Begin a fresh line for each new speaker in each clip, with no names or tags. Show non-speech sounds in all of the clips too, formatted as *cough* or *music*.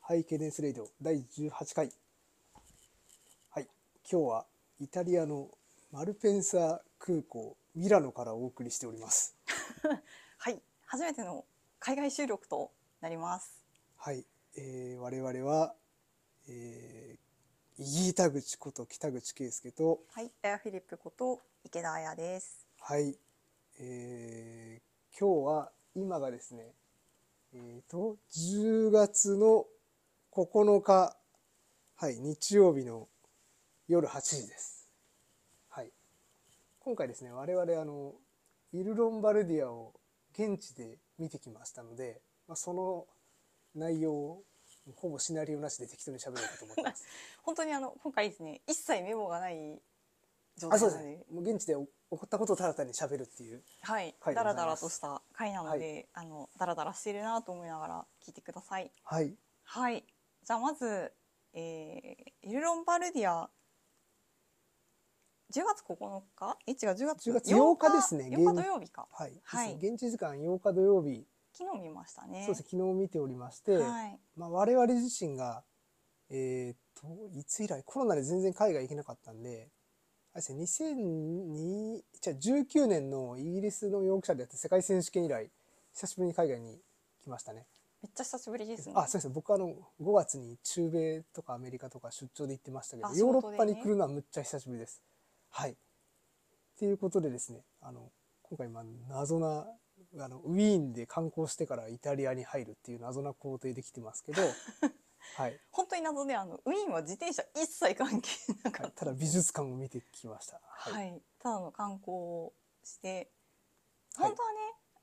ハイケデンスレイディオ第18回。はい、今日はイタリアのマルペンサ空港ミラノからお送りしております。
はい、初めての海外収録となります。
はい、えー我々は、えー、イギータ口こと北口圭介と、
はい、エアフィリップこと池田彩です。
はい、えー今日は今がですね、えーと10月の9日、はい、日曜日の夜8時です。はい、今回ですね我々あのイル・ロンバルディアを現地で見てきましたので、まあ、その内容をほぼシナリオなしで適当に喋ろうかと思ってます。
本当にあの今回ですね、一切メモがない状
*laughs* あ
態
そ
な
うで
の
すね
で、
もう現地で起こったことをただ単に喋るっていう
はい、
回で
ダ
ござ
ラ
います
ダラとした回なので、あのダラダラしているなと思いながら聞いてください。
はい
はい、じゃあまず、えー、イルロンバルディア。10月9日？え、違う10月
10月8日ですね
8日土曜日か。
はい、
はい
ですね現地時間8日土曜日、
昨日見ましたね。
そうですね昨日見ておりまして、
はい。
まあ、我々自身が、えー、といつ以来コロナで全然海外行けなかったんであれですね2002じゃあ19年のイギリスのヨークシャーでやった世界選手権以来久しぶりに海外に来ましたね。
めっちゃ久しぶりですね。
あそうですね僕あの5月に中米とかアメリカとか出張で行ってましたけど
あ
ヨーロ
仕
ッパ
事で
に
ね
来るのはむっちゃ久しぶりです。はいっていうことでですねあの今回まあ謎なあのウィーンで観光してからイタリアに入るっていう謎な工程で来てます
*laughs*
けど、はい
本当に謎であのウィーンは自転車一切関係なか
はい
っ、
ただ美術館を見てきました。
た、
は
はい
い、
ただの観光をして
はい
本当はね、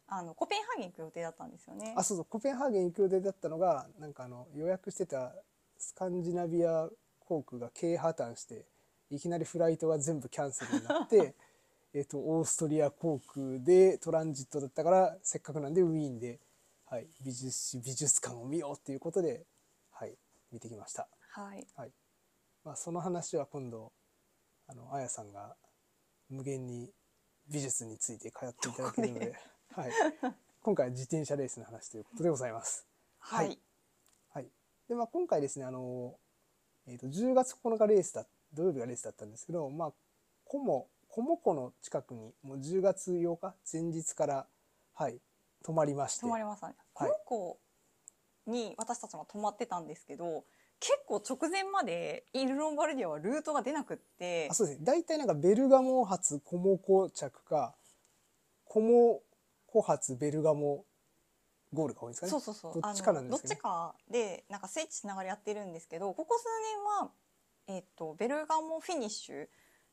あのコペンハーゲン行く予定だったんですよね
あそうそうコペンハーゲン行く予定だったのがなんかあの予約してたスカンジナビア航空が経営破綻していきなりフライトが全部キャンセルになって *laughs* えっとオーストリア航空でトランジットだったからせっかくなんでウィーンで、はい、美術史美術館を見ようっていうことで、はい、見てきました。
はい
まあ、その話は今度あのあやさんが無限に美術について通っていただけるので
ど
はい、今回は自転車レースの話ということでございます。は
はいい、
はい、で、まあ、今回ですねあの、えー、と10月9日レースだ土曜日がレースだったんですけど、まあ、コモコモ湖の近くにもう10月8日前日から、はい、泊まりまして
泊まりましたね
は
こ
い
の子に私たちも泊まってたんですけど結構直前までイルロンバルディアはルートが出なくって
あそうですね大体なんかベルガモ発コモコ着かコモコ発ベルガモゴールが多いんですかね
そうそうそう
どっちかなんです
あ
けど
のどっ
ね
ちかでなんかスイッチしながらやってるんですけどここ数年は、えっとベルガモフィニッシュ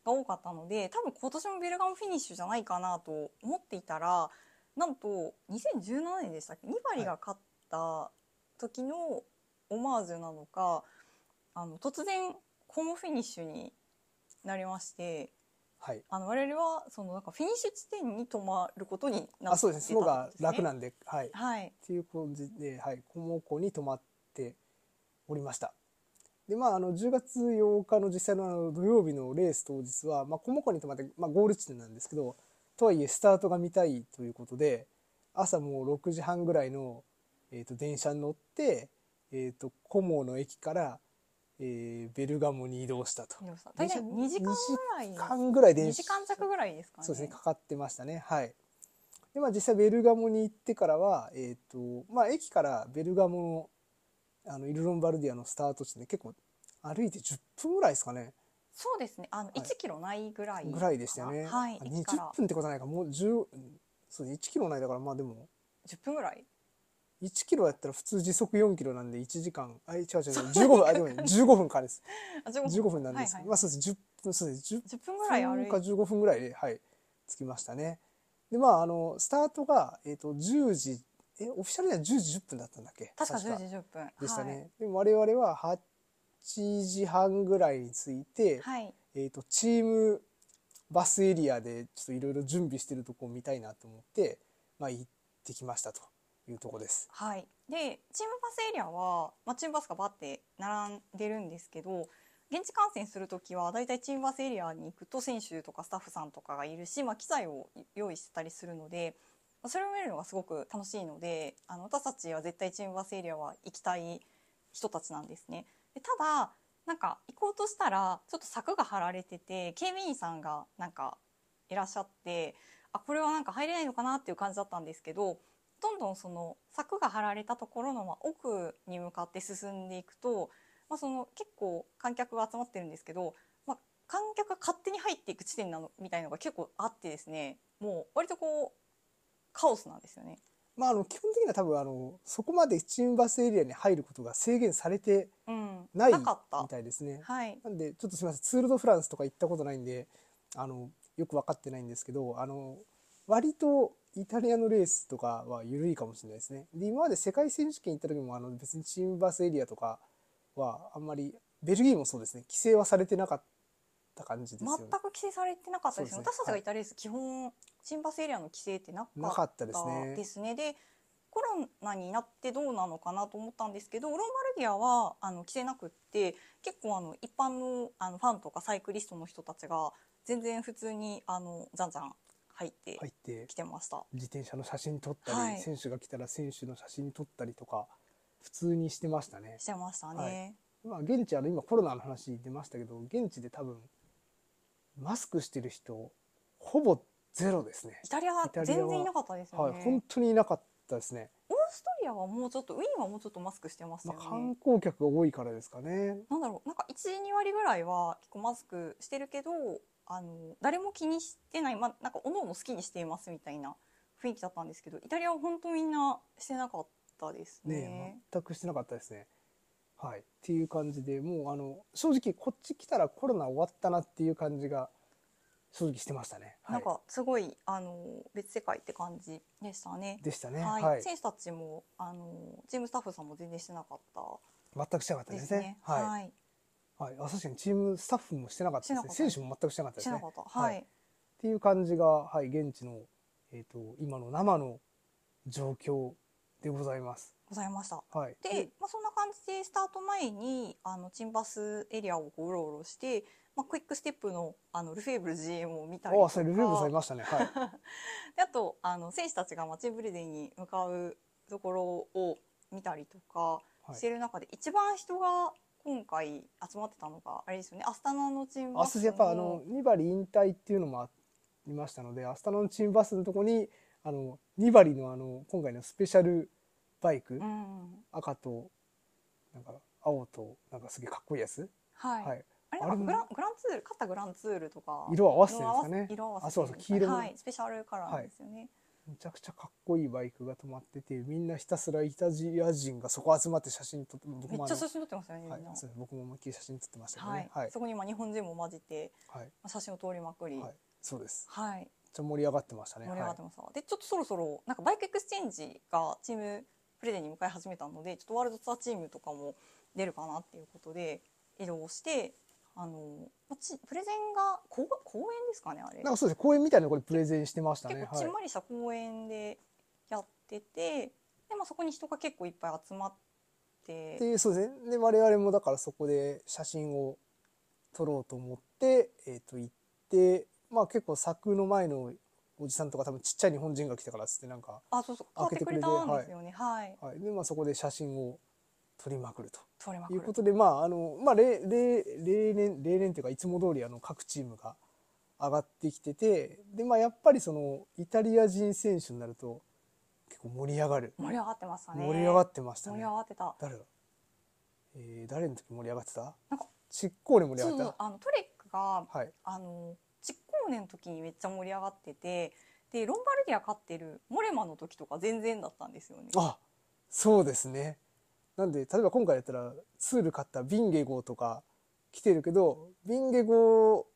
が多かったので多分今年もベルガモフィニッシュじゃないかなと思っていたらなんと2017年でしたっけニバリが勝った時のオマージュなのか、あの突然コモフィニッシュになりまして
はい
あの我々はそのなんかフィニッシュ地点に泊まることにな
あ
ってた
そ
ん
う
で
ですす
ね。
ねその方が楽なんではいっ
はい
ていう感じで、はい、コモコに泊まっておりましたでまああの10月8日の実際のあの土曜日のレース当日は、まあ、コモコに泊まって、まあ、ゴール地点なんですけどとはいえスタートが見たいということで朝もう6時半ぐらいの、えー、と電車に乗って、えー、とコモの駅から、えーベルガモに移動したと。
どうした大体2時間ぐらい
間ぐらい
2
電
時
車
間弱ぐらいですかね
そうですねかかってましたねはいでまあ実際ベルガモに行ってからはえっ、とまあ駅からベルガモのあのイルロンバルディアのスタート地点で結構歩いて10分ぐらいですかね
そうですねあの
い
1キロないぐらいかな、
ぐらいでしたよね、
はい
あ
駅から
20分ってことはないかもう10うんそうです1キロないだからまあでも
10分ぐらい
1キロやったら普通時速4キロなんで1時間あ違う違う違う15分あでも15分からです
あ15
15分なんです、
はいはい
まあそうです10分そうです10
10分ぐらい歩い
10か15分ぐらいで、はい、着きましたね。で、まあ、あの、スタートが、えっ、と、10時、え、オフィシャルでは10時10分だったんだっけ
確か10時10分
でしたね。でも我々は8時半ぐらいに着いて、
はい、はい
えっ、と、チームバスエリアでちょっといろいろ準備してるとこを見たいなと思って、まあ、行ってきましたというとこです。
はいでチームバスエリアは、まあ、チームバスがバッて並んでるんですけど現地観戦するときはだいたいチームバスエリアに行くと選手とかスタッフさんとかがいるし、まあ、機材を用意してたりするのでまあそれを見るのがすごく楽しいのであの私たちは絶対チームバスエリアは行きたい人たちなんですね。でただなんか行こうとしたらちょっと柵が張られてて警備員さんがなんかいらっしゃってあこれはなんか入れないのかなっていう感じだったんですけどどんどんその柵が張られたところのまあ奥に向かって進んでいくと、まあ、その結構観客が集まってるんですけど、まあ、観客が勝手に入っていく地点なのみたいのが結構あってですねもう割とこうカオスなんですよね。
まあ、あの基本的には多分あのそこまで新バスエリアに入ることが制限されて
うん、
ない
かった
みたいですね。
はい、
なんでちょっとすみませんツール・ド・フランスとか行ったことないんであのよく分かってないんですけどあの割とイタリアのレースとかは緩いかもしれないですね。で今まで世界選手権行った時もあの別にチームバスエリアとかはあんまりベルギーもそうですね規制はされてなかった感じです
全
よ
く
ね。
規制されてなかったですね
そうですね
私たちがいたレース、基本新バスエリアの規制ってなか
な
っ
かったです
た
ね
で。すね。でコロナになってどうなのかなと思ったんですけどロンバルディアはあの規制なくって結構あの一般のあのファンとかサイクリストの人たちが全然普通にあのじゃんじゃん入って
入って
きてました。
自転車の写真撮ったり、
はい
選手が来たら選手の写真撮ったりとか普通にしてましたね
し。てましたね。
はいまあ、現地あの今コロナの話出ましたけど現地で多分マスクしてる人ほぼゼロですね
イタリアは
イタリアは
全然いなかったですよ
はい
ね。
本当にいなかったですね、
オーストリアはもうちょっとウィーンはもうちょっとマスクしてました
ま
よ
あ、観
ね。
光客が多いからですかね
なんだろうなんか12割ぐらいは結構マスクしてるけどあの誰も気にしてない、まあ、なんかおのおの好きにしていますみたいな雰囲気だったんですけどイタリアは本当みんなしてなかったですね。
ねえ全くしてなかったですねはいっていう感じでもうあの正直こっち来たらコロナ終わったなっていう感じが正直してましたね、はい、
なんかすごいあの別世界って感じでしたね。
でしたねは、
はいい、選手たちもあのチームスタッフさんも全然してなかった
全くしてなかった
で
ですすね
ね。
はい、
はい、
はい、あ確かにチームスタッフもしてなかったです
してな
ね
かった
選手も全くしてなかったで
し
す
て
ね
なかった。はい、
はいっていう感じが、はい、現地の、えー、と今の生の状況でございます。
ございました。
はい、
で、まあ、そんな感じでスタート前にあのチンバスエリアをこううろうろして、まあ、クイックステップのあのルフェーブル GM を見たり
あ
と
あ、
か
それルールございましたね。はい、
*laughs* であとあの選手たちが街ブリデンに向かうところを見たりとか
はい
してる中で、一番人が今回集まってたのがあれですよねアスタナのチン
明
バス
日やっぱあのニバリ引退っていうのもありましたので、明日のチームバスのとこにあのニバリのあの今回のスペシャルバイク、
うん
赤となんか青となんかすげえかっこいいやつ、
はい、
はい、
あれな
あれ
ん
も
かグラングランツール勝ったグランツールとか
色を合わせてるんですかね。
色合わせ
あそうそう黄色の
はい、スペシャルカラーですよね、
めちゃくちゃかっこいいバイクが止まっててみんなひたすらイタジア人がそこ集まって写真撮って僕
め
も
っ
あ
ちゃ
の
写真撮ってますよねみんな、
はい、そう僕も思いっきり写真撮ってましたけど
は
ね
い、
はい
そこに今日本人も混じって
はい
まあ写真を通りまくり、
は
はいい、
そうですめっちゃ盛り上がってましたね
盛り上がってました、でちょっとそろそろなんかバイクエクスチェンジがチームプレゼンに向かい始めたのでちょっとワールドツアーチームとかも出るかなっていうことで移動してあのまあちプレゼンが公公演ですかねあれ
はい、なんかそうです公園みたいなのこれプレゼンしてましたね
結構ちんまりした公園でやってて、でまあ、そこに人が結構いっぱい集まっ
はい、
て
でそうですねで我々もだからそこで写真を撮ろうと思ってえっ、と行ってまあ結構柵の前のおじさんとか多分ちっちゃい日本人が来たからっつってなんか、
あそうそう変わってくれたんですよねはい、
はい、でまあそこで写真を撮りまくると。
撮れま
と
く
いう
る
ことで、まあ、あの、まあ、例、例、例年、例年というか、いつも通り、あの、各チームが上がってきてて、で、まあ、やっぱりその、イタリア人選手になると、結構盛り上がる。
盛り上がってましたね
盛り上がってました
盛り
ね
上。がってた
誰だえー、誰の時盛り上がってた
なんか
チッコーネ盛り
そ
上
う
が
そう
っ
あのトレックが
たはい。
あのチッコーネの時にめっちゃ盛り上がっててでロンバルディア勝ってるモレマの時とか全然だったんですよね。
あ、そうですね。なんで、例えば今回だったら、ツール買ったビンゲゴとか来てるけど、ビンゲゴ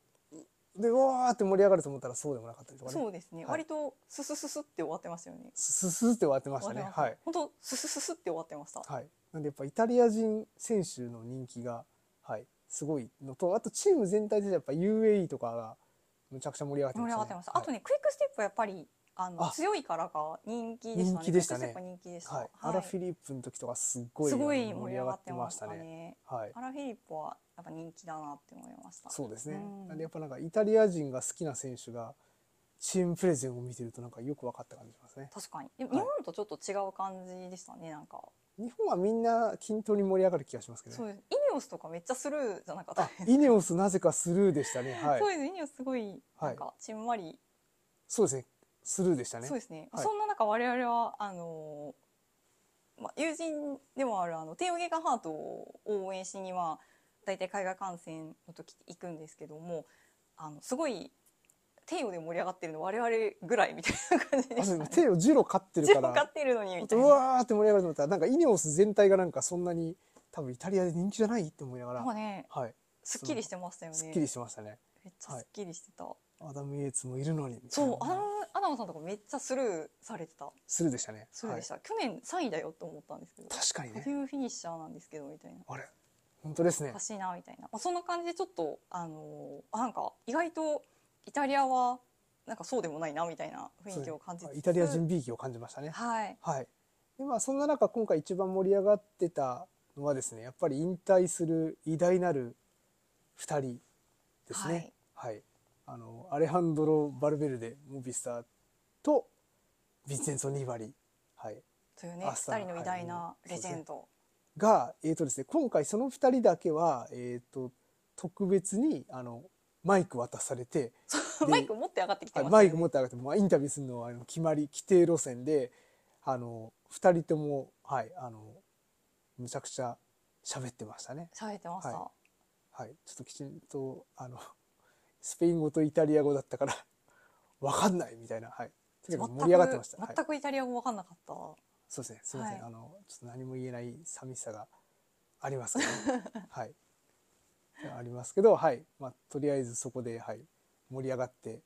で、うわーって盛り上がると思ったら、そうでもなかったりとかね。
そうですね、
はい
割とススススって終わってましたよね。
スススって割ってまし
終
た
わって
ね。
ました
はい。
本当ススススって終わってました。
はい、なんでやっぱイタリア人選手の人気が、はい、すごいのとあとチーム全体でやっぱ UAE とかがむちゃくちゃ盛り上がって
盛
ま
り
したね
上がってました。あとね、クイックステップはやっぱりあの
あ
強いからが人気でし
人
たね。
気でしたね
クイックステップは人気でした。
はいアラフィリップの時とかすごい
すごい
あの
盛り上がってました
盛り上がって
ね。
ましたねはい、
アラフィリップはやっぱ人気だなって思いました。
そうですね、
うん
なんでやっぱなんかイタリア人が好きな選手がチームプレゼンを見てるとなんかよく分かった感じしますね
確かに。でも日本とちょっと違う感じでしたね。なんか。
日本はみんな均等に盛り上がる気がしますけど
そう
ね。
です。イニオスとかめっちゃスルーじゃなかった
あ
です、
イネオスなぜかスルーでしたね。はい
そ。うです。イニオスすごいなんかちんまり、
そうですね。スルーでしたね
そう。ですね。
はい
そんな中我々はあのーまあ友人でもあるあの帝王ゲガハートを応援しには大体海外観戦の時行くんですけども、あのすごい帝王で盛り上がってるの我々ぐらいみたいな感じで
あ、
し
そう
た、ね。
手をジロ勝ってる
全
か
部
ら。
勝ってるのにみたいうな。
わーって盛り上がると思ったらなんかイネオス全体がなんかそんなに多分イタリアで人気じゃないって思いなが、
なんからね、
はい、
すっきりしてましたよね。
すっきりしてましたね。
めっちゃすっきりしてた。
アダム・イエーツもいるのにみたいな
そう、アダムアダムさんとかめっちゃスルーされてた。
スルーでしたね。
そうでした、去年3位だよって思ったんですけど
はい、確かに
ト
ね
デ。ューフィニッシャーなんですけどみたいな
あれ本当です
お
ね
か。しいなみたいな、まあ、そんな感じでちょっとあのーあなんか意外とイタリアはなんかそうでもないなみたいな雰囲気を感じつ
そう
つ
ねイタリア人びいきを感じましたね。
はい
はい。でまあそんな中今回一番盛り上がってたのはですね、やっぱり引退する偉大なる二人ですね。はい。あのアレハンドロ・バルベルデ・モビスターとヴィンセンソ・ニーバリ、はい、
というね
あそう
二人の偉大なレジェンド、
が、えーとですね、今回その二人だけは、えー、と特別にあのマイク渡されて、そう
マイク持って上がってきて
は
ま
いマ
すよね
イク持って上がって、まあ、インタビューするのはあの決まり規定路線であの2人とも、はい、あのむちゃくちゃ喋ってましたね、
喋ってました、
ははい、ちょっときちんとあのスペイン語とイタリア語だったからわかんないみたいな、はい、とにかく盛り上がってました、はい、
全くイタリア語わかんなかった、
そうですねすみません、
はい
あのちょっと何も言えない寂しさがありますけ
*laughs*
ど、はい、ありますけど、はいまあ、とりあえずそこで、はい、盛り上がって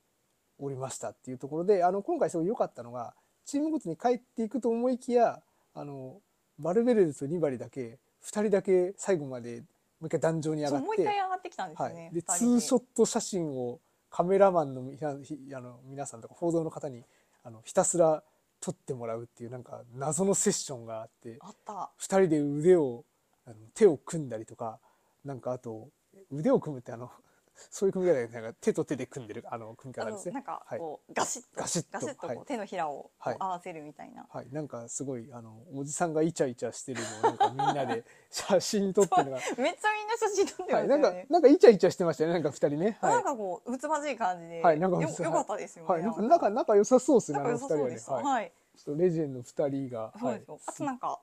おりましたっていうところであの今回すごい良かったのがチームごとに帰っていくと思いきやあのバルベルデとニバリだけ2人だけ最後までもう一回壇上に上
そ
が
う
っ
もう一
て、
回上がってきたんですよ
は
ね、
い、で
二
ツ
人
ーショット写真をカメラマンのみなひあの皆さんとか報道の方にあのひたすら撮ってもらうっていうなんか謎のセッションがあって
あった
2人で腕をあの手を組んだりとかなんかあと腕を組むってあの *laughs* そういう組み方じゃないなんか手と手で組んでるあの組み
あ
方
の
です
な
ね
ん。か
はい
こう、ガシッと
ガシッと
こう
はい
手のひらをこう
はい
合わせるみたいな、
はい、なんかすごいあのおじさんがイチャイチャしてるのをなんかみんな
*laughs*
で写真撮ってるのが、
めっちゃみんな写真撮ってま
は
す
い、な
よ
ん
ね、
かなんかイチャイチャしてましたよねなんか2人ね。はい
なんかこう、うつまじい感じで、
はいなんか
よ
うつ
よかったですよね。
はい、なんか仲仲良さそうですね
仲良さそう
は
で
ね
した。はい、
ちょっとレジェンド2人が、
そう
は
で
い
すよ。あとなんか、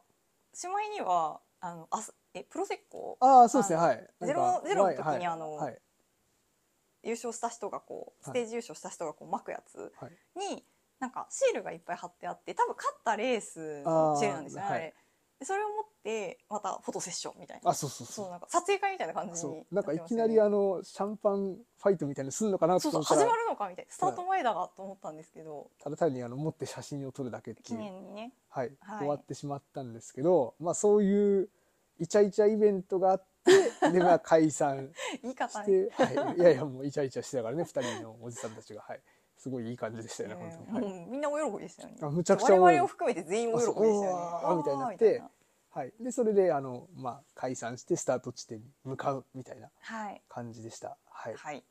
しまいには、あの、あす、え、プロセッコ
ああそうですね
あ
はい
ゼロゼロの時に
はい
あの
はい
優勝した人がこう、ス
はい
テージ優勝した人がこう巻くやつ
はい
に、なんかシールがいっぱい貼ってあって、多分勝ったレースのシールなんですよね、
あー
あ
は
れ。でそれを持って、またフォトセッションみたいな。
あそうそう
そう、
そ
なんか撮影会みたいな感
う
じに
そうなんかいきな
って
り
ま
あのシャンパンファイトみたいにすんのかな
す
と
よねそ
思った
うそう、
ら
始まるのかみたいな。スタート前だがと思ったんですけど、
ただ単にあの持って写真を撮るだけって
記
いう、
念にね。
はい
はい
終わってしまったんですけどまあそういうイチャイチャイベントがあってでまあ解散
言い方
し
ね。
て、はい、いやいやもうイチャイチャしてたからね2人のおじさんたちがはいすごいいい感じでしたよね本当に、はい
もうみんなお喜びでしたよね。
あむちゃくちゃ
我
喜び
々を含めて全員お喜びでしたよね。
あそうおーみたいになって
わーみたい
はい、でそれであの、まあ、解散してスタート地点に向かうみたいな
なはい
感じでした、はい、
はい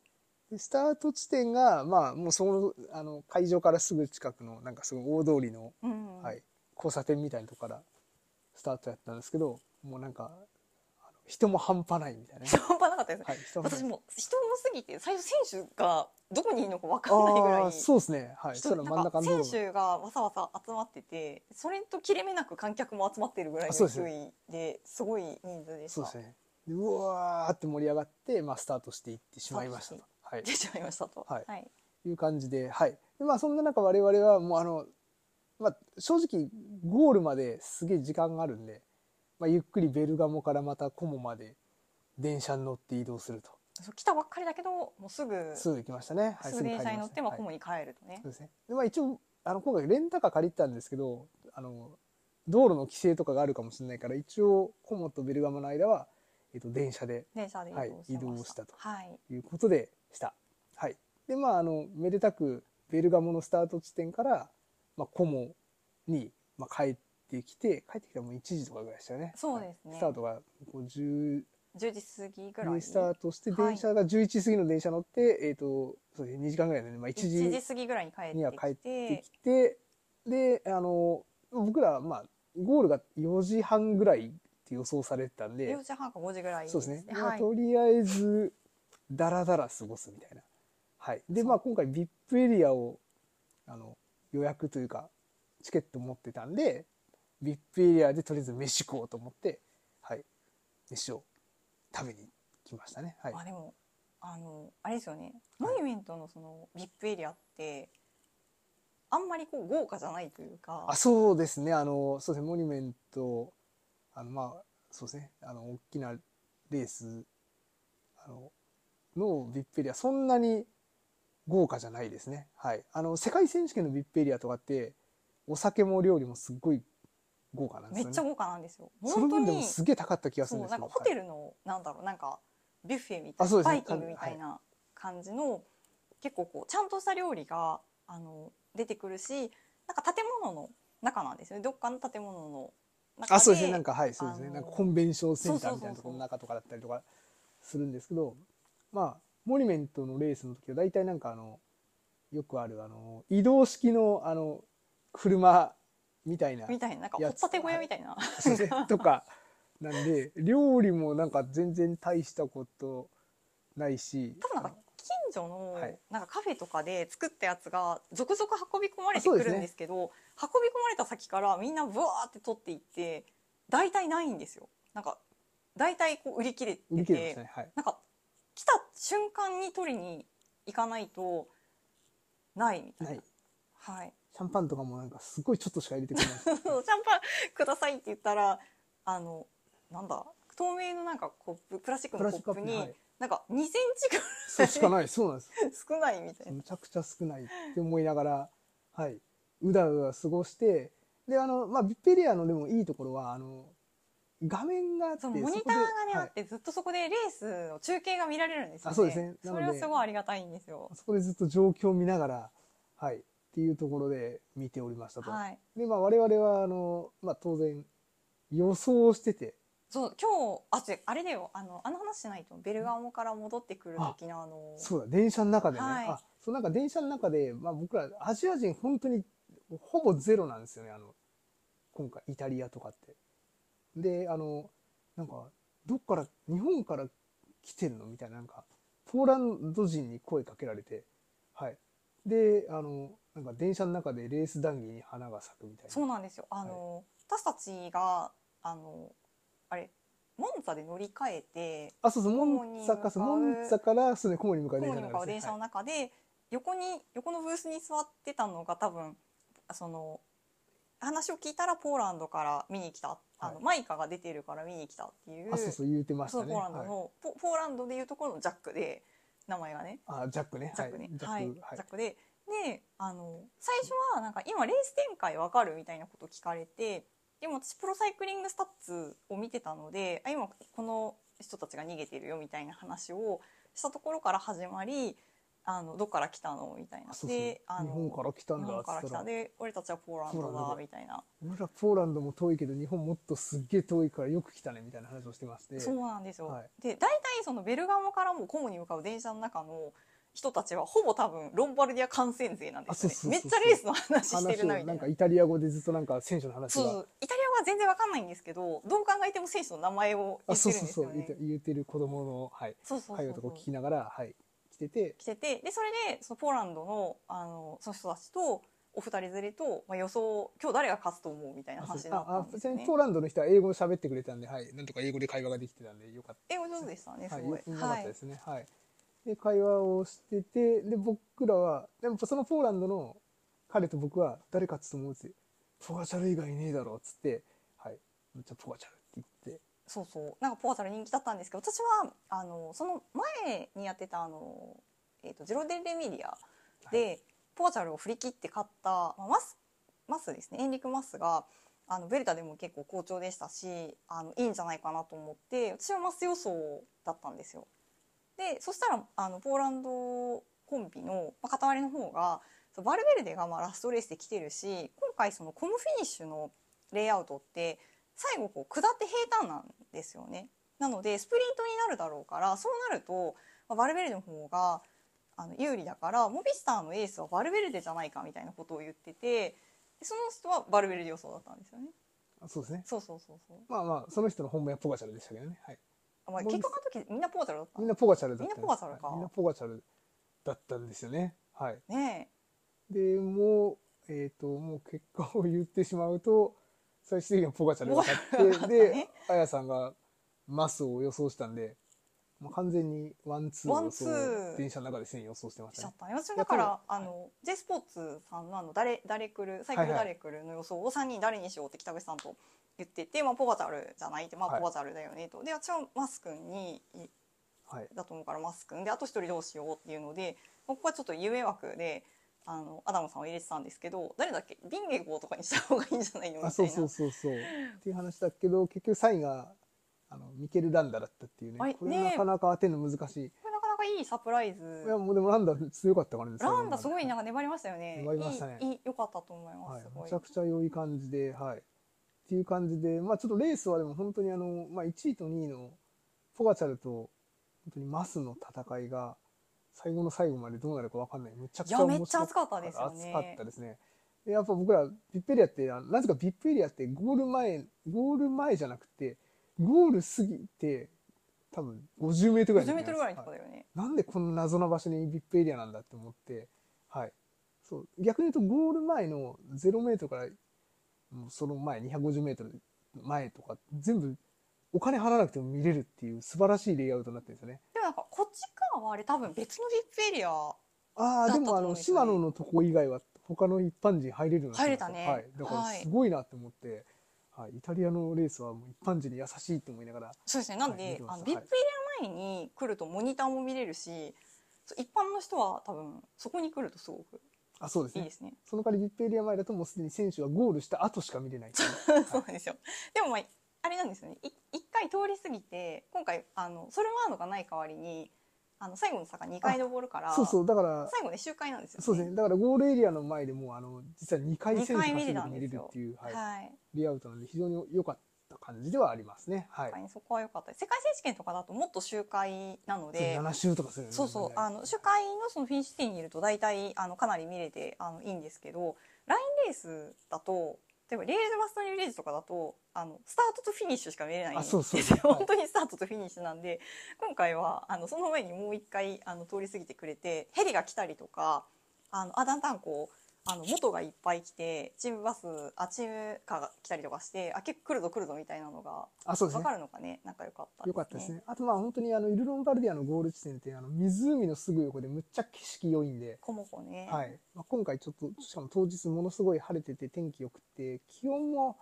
でスタート地点が、まあ、もうそのあの会場からすぐ近くのなんかすごい大通りの、
うん
はい、交差点みたいなとこからスタートやったんですけどもうなんかあの人も半端ないみたいな、
*laughs* 人半端なかったですね。
はい、人も
私もう人多すぎて最初選手がどこにいるのかわかんないぐら
あー
い。
そうですねはい
人
その真ん中のとこ
なん
ろ
か選手がわさわさ集まっててそれと切れ目なく観客も集まってるぐらい
あそ
の
うです
勢いですごい人数でした
そうですねでうわーって盛り上がって、まあ、スタートしていってしまいましたと、はい、
出ちゃいましたと
はい
はい
いう感じで、はい。でまあ、そんな中我々はもうあの、まあ、正直ゴールまですげえ時間があるんで、まあ、ゆっくりベルガモからまたコモまで電車に乗って移動すると。
そう来たばっかりだけどもうすぐ
すぐ行きましたね。はい、
すぐ電車に乗ってまあ
はい
ホームに帰るとね
そうですね。で、まあ、一応、あの、今回レンタカー借りてたんですけど、あの、道路の規制とかがあるかもしれないから、一応コモとベルガモの間は、えっと、電車で
電車で移
はい移
動
動し
し
たた
と
と
はい
ということでした。はい。で、まあ、あの、めでたく、ベルガモのスタート地点から、まあ、コモに、まあ、帰ってきて、帰ってきたらもう1時とかぐらいでしたよね。
そうですね
はいスタートがこう10
10時過ぎぐらい
に
に
スタートして、
はい
電車が11時過ぎの電車乗って、えっ、と、そうですね、2時間ぐらいなんで、まあ、1
1
時
時過ぎぐらいに帰って
には帰
き
って
て
きて、で、あの、僕らは、まあ、ゴールが4時半ぐらいって予想されてたんで
4時半か5時ぐらい
そうですね、まあ
はい、
とりあえずダラダラ過ごすみたいなはいでまあ今回 VIP エリアをあの予約というかチケット持ってたんで VIP エリアでとりあえず飯食おうと思ってはい飯を食べに来ましたねはい
あでもあのあれですよねモニュメントのその VIP エリアってあんまりこう豪華じゃないというか
あそうですねあのそうですねモニュメントあのまあそうですねあの大きなレースあののビッペリアそんなに豪華じゃないですねはいあの世界選手権のビッペリアとかってお酒も料理もすっごい豪華なんです
め
よ
っ
ね
ちゃ豪華なんですよ
その
本当
分でも
に
すげえ高かった気がす
そ
るん
う
です
な
け
ん
ど
かホテ
ル
ルのなんだろうなんかビュッフェみた
あ
い
そう
な
です
バ
ね
イキングみたいな感じの結構こうちゃんとした料理があの出てくるしなんか建物の中なんですよねどっかの建物の中
あそうですねなん
か
かはいそうですね
あの
なんかコンベンションセンターみたいなところ
そうそうそうそう
の中とかだったりとかするんですけどまあモニュメントのレースの時は大体なんかあのよくあるあの移動式のあの車みたいな
みたいななんか
や
掘っ
つ
たて小屋みたいな
そうですねとかなんで料理もなんか全然大したことないし
多分なんか近所の
はい
なんかカフェとかで作ったやつが続々運び込まれてく
あそうです
る
ね
んですけど運び込まれた先からみんなブワーって取っていって大体ないんですよなんか大体こう売り切れてて
売り切れてましたねはい
なんか来た瞬間に取りに行かないとないみたいな、
はい
はい、 *laughs*
シャンパンとかもなんかすごいちょっとしか入れてくれない
そうシャンパンくださいって言ったらあのなんだ透明のなんかコッププラスチック
プラ
の
ス
コ
チックカ
ッ
ップ
プに、
に、はい、
なんか2センチぐらい
そうしかないそうなんです
少ないみたいな。
むちゃくちゃ少ないって思いながら、はい、うだうだ過ごしてであの、まあ、ビッペリアのでもいいところはあの画面があって
そ
そ
の
こで
モニターがね、
は
あ
い
ってずっとそこでレースの中継が見られるんですよね。
あそうですね
そ
な
れ
の
は
です
ごいありがたいんですよ。
そこでずっと状況を見ながら、はい、っていうところで見ておりましたと。
はい。
でまあ、我々はあの、まあ、当然予想してて
そう今日あ違うあれだよあのあの話しないとベルガモから戻ってくる時のあの
そうだ電車の中でね、
はい
あそうなんか電車の中で、まあ、僕らアジア人本当にほぼゼロなんですよねあの今回イタリアとかって。であのなんかどっから日本から来てるのみたいななんかポーランド人に声かけられて、はい、であのなんか電車の中でレース談義に花が咲くみたい
そう
な。
なんですよあの、私たちがあのあれモンツァで乗り換えて
あそうそう
モ
モ
ン
ン
に
ツァかそうモ
向かう
ンツァからそうねコモに向かう
ホ
電車
ーに
の
向か
中
う
で
電
す
車
ね
の中で、横に横のブースに座ってたのが多分その話を聞いたらポーランドから見に来たあの、
はい
マイカが出てるから見に来たってい
は
う
いあそうそう言うてまし
そ
た
う
ね。
ポーランド
はい
の、ポポーランドでいうところのジャックで名前がね
あジャックね。
ジャックね
は
はいい
ジャック
ジ
はい
ャックでであの最初はなんか今レース展開わかるみたいなこと聞かれてでも私プロサイクリングスタッツを見てたのであ今この人たちが逃げてるよみたいな話をしたところから始まりあのどっから来たのみたいな
あそうそう
であ
日
の
本から来たん
日
だ
本
っ
から
つっ
来
た
た
ら
で俺たちはポーラン
ポ
ド
ーランド
だ
で
みたいな
俺らポーランドも遠いけど日本もっとすっげえ遠いからよく来たねみたいな話をしてまして
そうなんですよ、
はい
で大体そのベルガモからもコモに向かう電車の中の人たちはほぼ多分ロンバルディア感染勢なんです
あそ
よね
うそう
めっ
そう
ちゃレースの話して
話
る
を
なみた
ないん
な
かイタリア語でずっとなんか選手の話
そうそ
が
うイタリア語は全然わかんないんですけどどう考えても選手の名前を
あ
言っ
そ
て
う
る
そう
んです
そ
よ
う言う
ね
て言うてる子供のはい
そうそうそ
会
う
話とかを聞
そ
き
う
ながらはい来てて
来ててでそれでそのポーランドのあのその人たちとお二人連れと、まあ、予想今日誰が勝つと思うみたいな
あそう
話になった
あ
ん
あ
で
ち
す
な
よ
み
ね
にポーランドの人は英語を喋ってくれたんではいなんとか英語で会話ができてたんでよかった
英語上手でしたねす
はい、
ごい
よよかっ
は
た
い
ですね。はい。で、会話をしてて、で、僕らは、でもそのポーランドの彼と僕は、誰かっつと思うつポガチャル以外ねえだろ、っつって、はい、じゃあポガチャルって言って、
そうそうなんかポアサル人気だったんですけど私はあのその前にやってたあの、えー、とジロデレミディアで、ポアチャルを振り切って勝った、まあ、マスマスですねエンリク・マスがあのベルタでも結構好調でしたしあのいいんじゃないかなと思って私はマス予想だったんですよ。でそしたらあのポーランドコンビの、まあ、片割れの方がそうバルベルデがまあラストレースで来てるし今回そのコムフィニッシュのレイアウトって最後こう下って平坦なんですよね。なのでスプリントになるだろうからそうなると、まあ、バルベルデの方があの有利だからモビスターのエースはバルベルデじゃないかみたいなことを言っててでその人はバルベルデ予想だったんですよね。
そうですね。
そうそうそうそう
まあまあ、その人の本命はポガチャルでしたけどね。はい。
あまあ
もう
結果の時みんなポータルだった
みんなポガチャルだった
みんなポガチャルか
はいみんなポガチャルだったんですよね。はい。
ね
でもう、えっ、と、もう結果を言ってしまうと、最終的にはポガチャルが勝って、
ポガチャルが勝っ
で
たね、
あやさんがマスを予想したんで、もう完全にワンツーを予想
ワンツー
電車の中ですね、予想してま
え
し
したちゃ
ね
っ。たね私もだから
やっ
あの J スポーツさんのあの誰誰来るサイクル
はいはい
誰来るの予想を3人誰にしようって北口さんと言ってて、まあ、ポガチャルじゃないって、まあ、
はい
ポガチャルだよねと、で私はマス君にい
はい。
だと思うからマス君であと一人どうしようっていうのでここはちょっと夢枠であのアダムさんを入れてたんですけど誰だっけビンゲゴとかにした方がいいんじゃないのみたいな
あ、そうそうそうそう。っていう話だけど、結局3位が、あの、ミケル・ランダだったっていうね
あれ。
これは
ね
なかなか当てるの難しい。
これなかなかいいサプライズ
いや、もうでもランダ強かったからね。最後
ラ
まで
ンダすごいなんか粘りましたよね
粘りましたね
いいいい良かったと思います、
はい
す、ご
め
い
ちゃくちゃ良い感じで、はい。っていう感じで、まあちょっとレースはでも本当にあの、まあ1位と2位のポガチャルと、本当にマスの戦いが、最後の最後までどうなるかわかんない。むちゃくちゃ
いやめ
面
っちゃ
白
熱かったですよね
熱かったですね。でやっぱ僕ら、ビップエリアって、あのなぜかビップエリアってゴール前、ゴール前じゃなくて、ゴール過ぎて、多分50メートルぐらい
50
の
メ
とこにあ
ートルぐ
る
ら
ん
い
です
のと
は
こだよね、
なんでこの謎の場所にビップエリアなんだって思って、はい。そう、逆に言うとゴール前の0メートルから、もうその前、250メートル前とか、全部お金払わなくても見れるっていう素晴らしいレイアウトになってるんですよね。
でもなんかこっち側はあれ多分別のビップエリア
ああ、
だった
で
と
もあ
思うん
の、
ですよね
島野のとこ以外は他の一般人入れるようになってました
入れたね
はい。だから
はい
すごいなって思って、はい。イタリアのレースはもう一般人に優しいと思いながら、
そうですねなんで、
はい見てま
あ
し
の
た
ビップエリア前に来るとモニターも見れるしそう一般の人は多分そこに来るとすごく
あ、そうです
いい
ね
で。すね
その代わりビップエリア前だともうすでに選手はゴールした後しか見れないっ
*laughs*
ていう。
そうなんですよ。でもまああれなんですよね。い一回通り過ぎて今回あのソルマーノがない代わりにあの最後の坂二回登るから、
そうそう、だから、
最後ね周回なんですよ、ね。
そうですね。だからゴールエリアの前でもうあの実は2回選手走るの見れるっていう、
は。
はいい
はい
レイアウトなんで非常に良かった感じではありますね。はい。
そこは良かったです。世界選手権とかだともっと周回なので。
7周とかするよね
そうそうあの周回のそのフィニッシュ地点にいると大体あのかなり見れてあのいいんですけどラインレースだと例えばレールバストニューレースとかだとあのスタートとフィニッシュしか見れないん
あ
ですよ
そうそう
*laughs* 本当にスタートとフィニッシュなんで今回はあのその前にもう一回あの通り過ぎてくれてヘリが来たりとかあのあだんだんこう。あの元がいっぱい来てチームバスあチームカーが来たりとかしてあ結構来るぞ来るぞみたいなのが
あそうです
分
ね
か。るのがねなんか良かった
良かったですね。あとまあ本当にあのイルロンバルディアのゴール地点ってあの湖のすぐ横でむっちゃ景色良いんで、
コモコね
はい。まあ、今回ちょっとしかも当日ものすごい晴れてて天気良くて気温も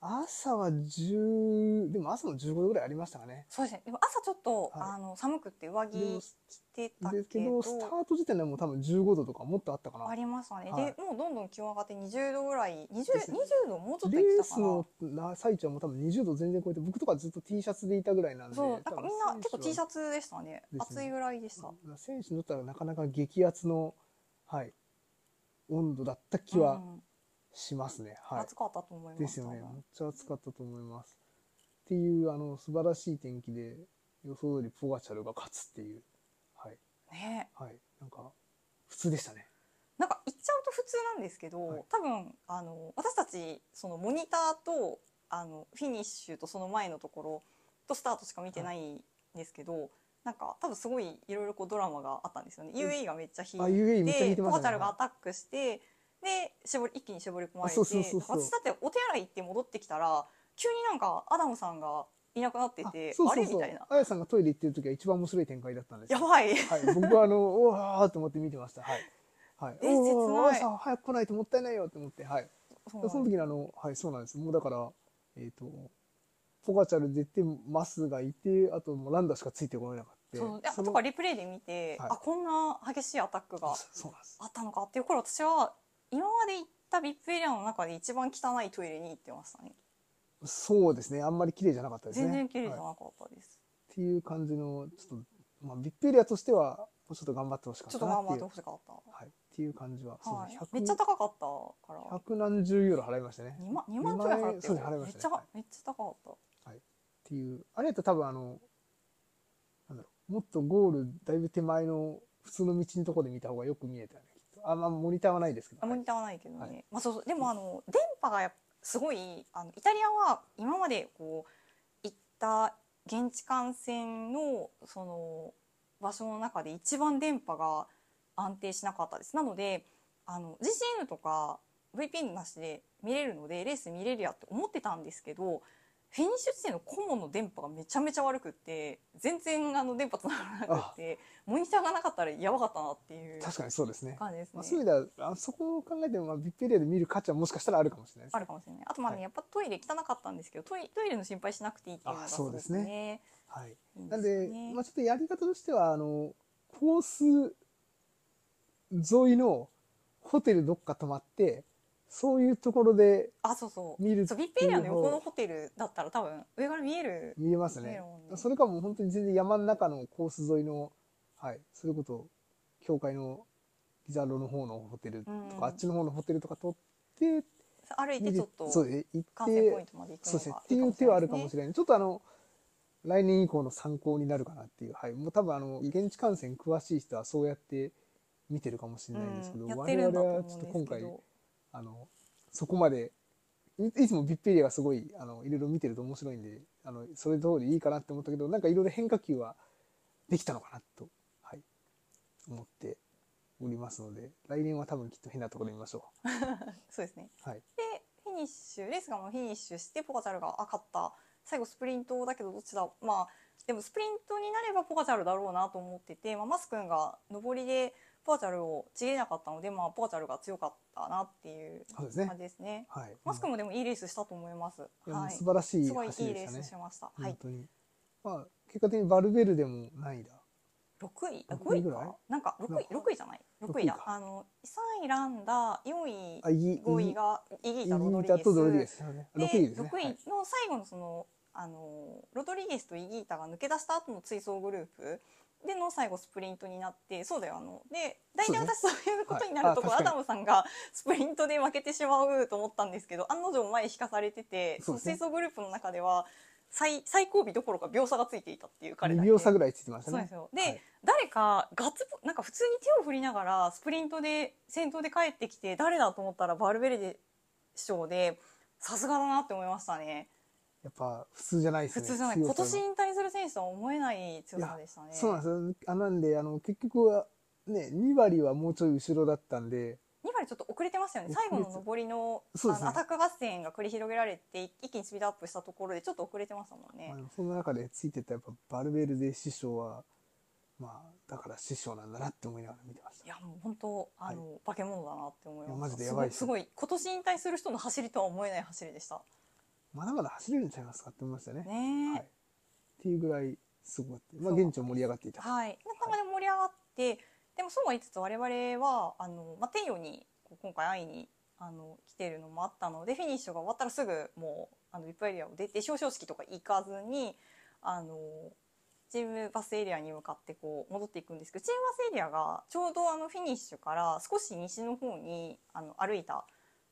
朝は10でも朝も15度ぐらいありましたかね。
そうですね。でも朝ちょっと、
はい
あの寒くって上着
でも
着てた
です
け
け
ど
ど、スタート時点でもう多分15度とかもっとあったかな
あ。りましたね。
はい
で、もうどんどん気温上がって20度ぐらい、20
ですね
20度もうちょっと
レ
いって
ー
たか
ス
な
の。な最中はもう多分20度全然超えて僕とかずっと T シャツでいたぐらいなんで
そう、なんかみんな結構 T シ
ャツ
ャツでしたね。
ですね
暑いぐらいでした。
選手にとったらなかなか激アツの、はい、温度だった気は
うん
しますね、はい
暑かったと思います。
ですよねめっちゃ暑かったと思いますっていうあの素晴らしい天気で予想通りポガチャルが勝つっていうはい
ね。
はいなんか普通でしたね
なんか言っちゃうと普通なんですけど、
はい
多分あの私たちそのモニターとあのフィニッシュとその前のところとスタートしか見てないんですけど、なんか多分すごいいろいろこうドラマがあったんですよね。UAE がめっちゃ引い
あ UAE めっちゃ引い
て
て
ポ
まし
カチ
た
ャ
ね
ルがアタックしてで絞り一気に絞り込まれ
あ
て
そうそうそうそう
私だってお手洗い行って戻ってきたら急になんかアダムさんがいなくなって
あ
て
そう
あ
そ
れ
うそ
み
う
たいな
あやさんがトイレ行ってる時は一番面白い展開だったんですよ
やばい
はい、僕はあの、 *laughs* うわーと思って見てました。はい。はい。
え
おー
切ない
さ早く来ないともったいないよと思って、はい。
そ
そう
なんです
の時にあの、はい、そうなんです。もうだから、えっ、と、ポガチャル出て、マスがいて、あともうランダしかついてこれなかった。
そう
そ
あ
の
とかリプレイで見て、
はい
あこんな激しいアタックが
そうそうなんです。
あったのかっていう頃私は今まで行ったビップエリアの中で一番汚いトイレに行ってましたね
そうですね。あんまり綺麗じゃなかったですね。
全然綺麗じゃ
はい
なかったです、
っていう感じの、ちょっと、まあ、ビップエリアとしては、もうちょっと頑張ってほしかっ
ちょ
た
っと
なって
頑張っ
い
て
う。
ほしかった
はい。っていう感じは、そう
は
ですね
い、めっちゃ
100
高かったから
百何十ユーロ払いましたね。
2万二万ちょい払って
そうです払いま
めっ
し
ち
た
ゃ
ねはい
めっちゃ高かっ
っていうあれやったら多分あのなんだろうもっとゴールだいぶ手前の普通の道のところで見た方がよく見えたよねきっとあまあモニターはないですけど
たあモニ
タ
ターはないけどね、
はい
まあそうそうでもあの電波がやっすごいあのイタリアは今までこう行った現地観戦のその場所の中で一番電波が安定しなかったです。なのであの GCN とか VPN なしで見れるのでレース見れるやって思ってたんですけどフィニッシュ地点の顧問の電波がめちゃめちゃ悪くって全然あの電波つながらなくってモニターがなかったらやばかったなっていう
確かにそうですね。
感じですね。
まあ、そういう意味ではあそこを考えても、まあ、ビップエリアで見る価値はもしかしたらあるかもしれないです
あるかもしれない。あとまあね、
はい
やっぱトイレ汚かったんですけど、トイレトイレの心配しなくていいっていうのが
あそうですね
すごくね。
はい、
いい
なん
すよ
で、
ね
まあ、ちょっとやり方としてはあのコース沿いのホテルどっか泊まってそういうところで
あ、そうそう。
見る
そうビッペリアの横
の
のホテルだったら多分上から見える。
見えますね
見えるもんね
それかもう本当に全然山の中のコース沿いの、はい、それこそ教会のギザロの方のホテルとか、
うん
あっちの方のホテルとか取って
歩いてちょっと
そうですね行っ
観戦
て
ポイントまで行く
そう
の
ですね
が
って
い
い
い
う
かもし
手
れな
はいある
です
かも
ね
し。れないちょっとあの来年以降の参考になるかなっていう、はい、もう多分あの現地観戦詳しい人はそうやって見てるかもしれないんですけど、
うんやって
我
るんだ
々
と思
は
うん
ちょっ
ですけ
と
ど
今回あのそこまでいいつもビッペリアがすごいあのいろいろ見てると面白いんであのそれ通りいいかなって思ったけどなんかいろいろ変化球はできたのかなと、はい、思っておりますので来年は多分きっと変なところで見ましょ
そうですね。
う。はい、
で、フィニッシュ、レースがもうフィニッシュして、ポカチャルが赤った。最後スプリントだけどどっちだまあでもスプリントになればポカチャルだろうなと思ってて、まあ、マス君が上りでポカチャルをちぎれなかったので、まあ、ポカチャルが強かったなっていう
そうですね
感じですね。
はい、
マスクもでもいいレースしたと思いま
い
す。
やもう
はい。
素
す
晴らしい
ごい
走
い
り
い
で
レ
し
ー
た
ス
ね
し。ました。は
本
い。
当に。まあ、結果的にバルベルでも何位だ
六位、
六
五
位
位
ぐらい
か。なんか六
なん
位、
か
六位じゃない。六
六
位
位
だ
か。
あの三位ランダ、四位
あ、、イギ
五位がイギ
イ
ー
ギ
タロド
ー
リゲ
タ
ス。
とドルディゲスですよね。あ
で
六位ですね。
六
は
位
い
の最後のそのあのロドリゲスとイギータが抜け出した後の追走グループでの最後スプリントになってそうだよあので大
そ
体
うで
私そういうことにな
は
る
い
とこ、
あ
ア
確か
ダ
に
ムさんがスプリントで負けてしまうと思ったんですけど案の定前に引かされててそ
そう
の
ですね
追走グループの中では最最後尾どころか秒差がついていたっていう彼だ
二
け
秒差ぐらいついてました
そうなん
ね
です。よで、
はい
誰かガッツポなんか普通に手を振りながらスプリントで先頭で帰ってきて誰だと思ったらバルベルデ師匠でさすがだなって思いましたね
やっぱ普通じゃないです
普
ね。
通じゃない今
強
年
さ
引
が
退する選手とは思えない強さでしたね
そうなんですよ。あ、なんで、あの、結局は、ね、二割はもうちょい後ろだったんで、
2割ちょっと遅れてましたよね最後の上りの,、
そうで
あ
す
の
ね
アタック合戦が繰り広げられて一気にスピードアップしたところでちょっと遅れてましたもんね
まあ、その中でついてったやっぱバルベルデ師匠は、まあ、だから師匠なんだなって思いながら見てまし
いやもう本当あの、化け物だなって思いました
いやマジでやばいです
すごいすごい今年引退する人の走りとは思えない走りでした
た。まだまだ走れるんちゃいますかって思いましたね。
ねえ、
はい。っていうぐらい、すごかった。まあ、
そう
現地も盛り上がっていた。
はい、なかなか盛り上がって、でもそうは言いつつ我々はあの、まあ、天陽にこう今回会いにあの来てるのもあったのでフィニッシュが終わったらすぐもうあのビップエリアを出て表彰式とか行かずにあのチームバスエリアに向かってこう戻っていくんですけどチームバスエリアがちょうどあのフィニッシュから少し西の方にあの歩いた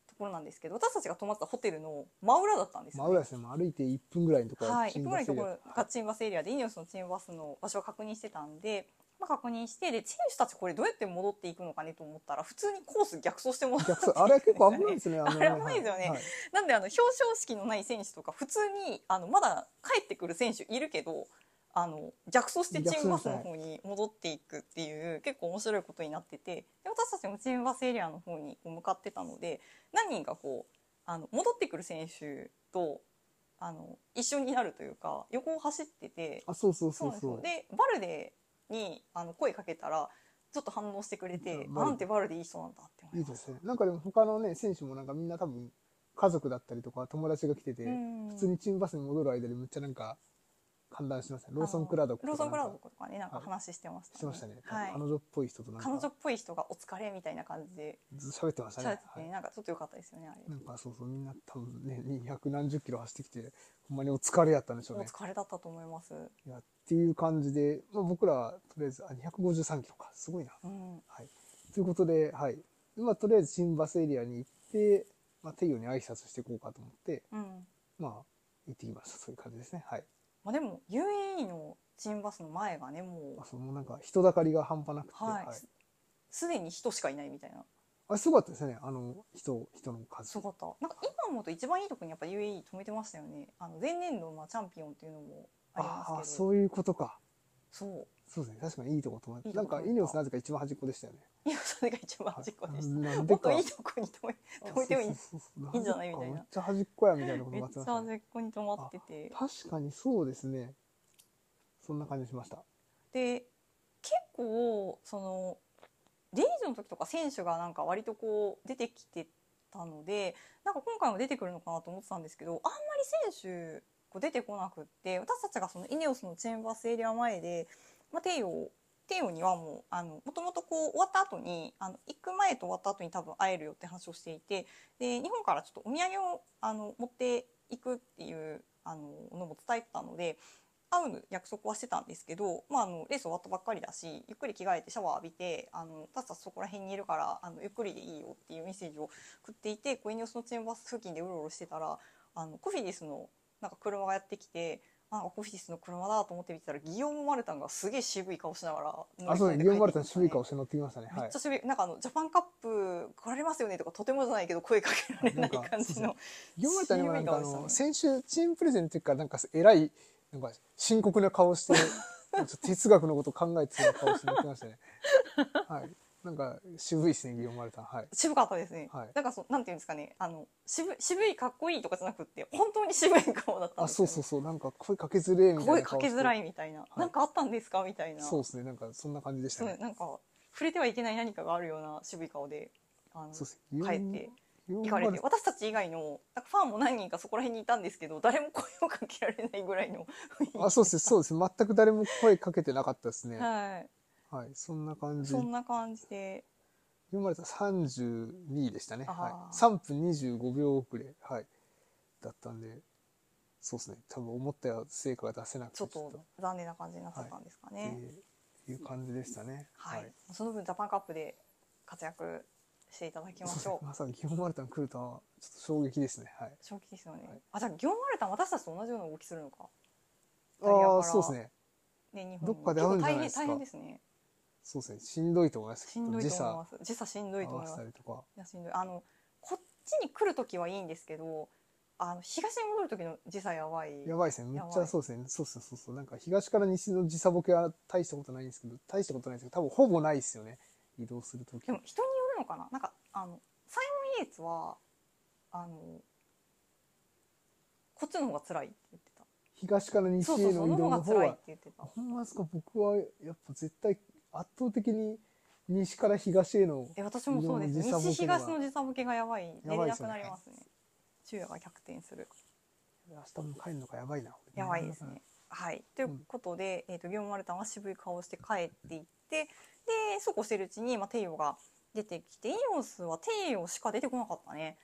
ところなんですけど私たちが泊まってたホテルの真裏だったんですよ、
ま
ね。
あ、浦ですね、まあ、歩いて1分ぐらいのところ
はい、
チー
1
ム
分ぐ
バ
らい
スエリア
のところがチームバスエリアでイニオスのチームバスの場所を確認してたんで、まあ、確認してで選手たちこれどうやって戻っていくのかねと思ったら普通にコース逆走してもらって
逆走あれは結構危ないですね。
*laughs* あれ危ないですよね
はい
*laughs* なんであの表彰式のない選手とか普通にあのまだ帰ってくる選手いるけどあの逆走してチームバスの方に戻っていくっていう結構面白いことになっててで私たちもチームバスエリアの方にこう向かってたので何人かこうあの戻ってくる選手とあの一緒になるというか横を走ってて
あ、そうそう
そ
そうう
なんです
そ
よ
う。
でバルデにあの声かけたらちょっと反応してくれて
うんバルデ
なんてバルデいい人なんだって
い
思
い
いま
で
し
すね。なんかでも他のね、選手もなんかみんな多分家族だったりとか友達が来てて、
た。うん
普通にチームバスに戻る間にめっちゃなんか歓談してましたね。ローソンクラウドとか
ローソンクラウド
なんか
とかねなんか
はい
話してました
してましたね。
はい
彼女っぽい人となん
彼女
か
っぽい人が「お疲れ」みたいな感じで
ずっと喋ってましたね。
喋ってて
はい
なんかちょっと良かったですよねあれ
なんかそうそうみんな多分ね200何十キロ走ってきてほんまにお疲れやったんでしょう
お
ね。
疲れだったと思います
いやっていう感じで、まあ、僕らはとりあえずあ253キロかすごいな。
うん
はい、ということで、はいまあ、とりあえず新バスエリアに行って、まあ、テイオに挨拶していこうかと思って、
うん
まあ、行ってきましたそういう感じですねはい
まあでも UAE のチームバスの前がねも
あ
う
そのなんか人だかりが半端なくて、
はいすでに人しかいないみたいな
あれすごかったですねあの人人の数
すごかったなんか今思うと一番いいとこにやっぱ UAE 止めてましたよねあの前年度まあチャンピオンっていうのもあり
ああー
ますけど
そういうことか
そう
そうですね確かにいいとこ止まって
いいとこ
なんかイニオスなぜか一番端っこでしたよね
いやそれが一番
はい
端っこでした、
なん
も
で
っと
か
いいとこに止め止めてもいい
あそうそうそう
いいんじゃない
んか
みたいな
めっちゃ端っこやみたいなこと
め
に
っ
なって
ち
ま
ゃ
したね
端っこに止まってて
確かにそうですねそんな感じしました
で結構そのレイジの時とか選手がなんか割とこう出てきてたのでなんか今回も出てくるのかなと思ってたんですけどあんまり選手こう出てこなくって私たちがそのイネオスのチェンバスエリア前で、まあ、テイオテイオにはもうあのもともとこう終わった後にあの行く前と終わった後に多分会えるよって話をしていてで日本からちょっとお土産をあの持っていくっていうあののも伝えてたので会う約束はしてたんですけど、まあ、あのレース終わったばっかりだしゆっくり着替えてシャワー浴びてあのたっさそこら辺にいるからあのゆっくりでいいよっていうメッセージを送っていてコイニオスのチェンバス付近でうろうろしてたらあのコフィディスのなんか車がやってきて。なんかコフィディスの車だと思って見てたらギヨーム・マルタンがすげえ渋い顔しながら
あそうですねリオンマルタン渋い
顔
顔して乗ってきましたねは
め
い
っちゃ渋い、なんかあのジャパンカップ来られますよねとかとてもじゃないけど声かけられない
なんか
感じの
リオンマルタンでもなんかあ
渋い顔
の
でし
先週チームプレゼンの時からなんか偉いなんか深刻な顔して
*laughs*
なんかちょっと哲学のことを考えてそうな顔して乗ってましたねはいなんか渋いですねリオンマルタンはい
渋かったですね、
はい
なんかそのなんていうんですかねあの渋い渋いかっこいいとかじゃなくって本当に渋い顔だったん
あ
です
そう
よ、ね、
そうそうなんか声かけづれえみたい
声
な
か
顔
け
して
づらいみたいな、
い
なんかあったんですかみたいな
そうですねなんかそんな感じでした
そう
ね
なんか触れてはいけない何かがあるような渋い顔であの
そうです
帰
ね
って
リオン
行
マ
か
ル
れ
タン
て私たち以外のなんかファンも何人かそこら辺にいたんですけど誰も声をかけられないぐらいの雰囲気
あそうですそうです全く誰も声かけてなかったですね
はい
はいそんな感じ
そんな感じで
読まれた32位でしたね、
あー
はい、3分25秒遅れ、はい、だったんでそうですね多分思ったより成果が出せなくて
ちょっと残念な感じになっちゃったんですかね、
っていう感じでしたね
はい、その分ジャパンカップで活躍していただきまし
そうですね
ょう。
まさかギオンマルタン来るとはちょっと衝撃ですねはい
正気ですよね。
はい
あ、じゃあ、業務マルタン、私たちと同じような動きするのか。タイヤ
あ
か
あ
ら
そうですね
ね、日本に
どっかで会うんじゃないです
結
か
構大変、大変ですね。
そうですねしんどいと思います
しんどい
き
と
っと時
思い
差
ます。時差しんどいと
合
思い
わ
ま
せ
す
た。りとか
いや、しんどい。あの、こっちに来るときはいいんですけど。あの、東に戻る時の時差やばい。
やばいですねめっち
やば
ゃ
い
そうですねそうそうそうそうなんか東から西の時差ボケは大したことないんですけど大したことないんですけど多分ほぼないですよね移動するとき
でも、人によるのかな。なんか、あの、サイモンイエーツは。あの。こっちの方が辛いって言ってた。
東から西
そうそ
へ
う
の
そう、
移
の
動の
方が
方
辛いっ
は
て言ってた。
ほんまですか僕はやっぱ絶対圧倒的に西から東への
え私もそうです
移動の時差ボケが
西東の時差ボケがやばい
や
寝
ばいで
れな
す
く
よね
なりますね昼夜が逆転する
明日も帰るのかやばいな
やばいですねはいということで、えー、とギョンマルタンは渋い顔をして帰っていってでそうこうしてるうちに、まあ、テイオが出てきてイオンスはテイオしか出てこなかったね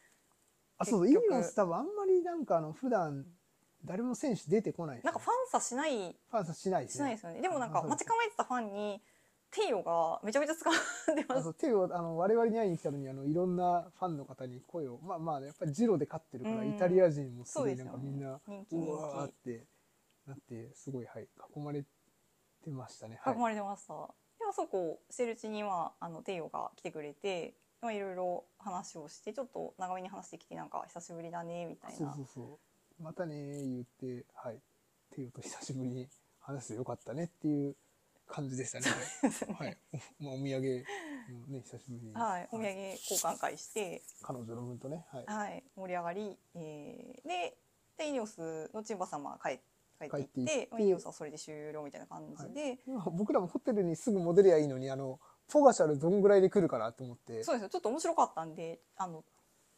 あそうそうイ
結
ニ
局
オンス多分あんまりなんかあの普段誰も選手出てこないですね
なんかファン差しない
ファンさしないです
し
ね
ないですよねでもなんか
あそうで
待
す
ち構えてたファンにテイオがめちゃめちゃ使ってま
あ
す
そう手をあの我々に会いに来たのにあのいろんなファンの方に声をまあまあやっぱりジロで勝ってるから、
うん
イタリア人もす
そう
ごい
です
なん
よ
か
ね
みんな
人気人
うわーっ
気
てなってすごいはい囲まれてましたねはい
囲まれてました、ではそうこうしてるうちにはあのテイオが来てくれてまあいろいろ話をしてちょっと長めに話してきてなんか久しぶりだねみたい
そう
な
そうそうまたねー言ってはいテイオと久しぶりに話してよかったねっていう感じで
*laughs*
したねはい、 *laughs* おまあ、お土産もね久しぶりに、
はい、お土産交換会して、
彼女の分とねはい
はい、盛り上がり、えーででイニオスのチンバ様は帰帰っていって
帰っていって
まあイニオスはそれで終了みたいな感じで、
まあ僕らもホテルにすぐ戻りゃいいのにあのポガシャルどんぐらいで来るかなと思って
そうですよちょっと面白かったんであの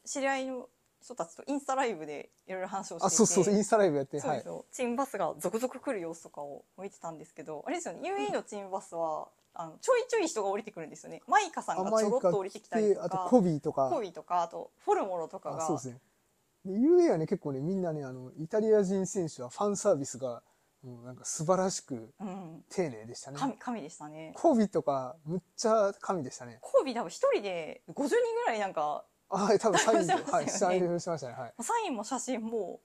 知り合いの人たちとインスタライブでいろいろ話をしていて
あそうそうインスタライブやって
そう
は
で
い
すよ、チンバスが続々来る様子とかを見てたんですけどあれですよね UAE のチンバスはあのちょいちょい人が降りてくるんですよねマイカさんが
甘
ち
い
ょろっ
か
と降りてきたり
で
と
あと
か
コビーとか
コビとかあとフォルモロとか
あ
が
そうですねで UA はね結構ねみんなねあのイタリア人選手はファンサービスがもうなんか素晴らしく
うん、
丁寧でしたね
神神でしたね
コビーとかむっちゃ神でしたね
コビ多分一人で50人ぐらいなんか
あはい多分サイン
*laughs* そうですよね
はいサインしましたねはい、
サインも写真も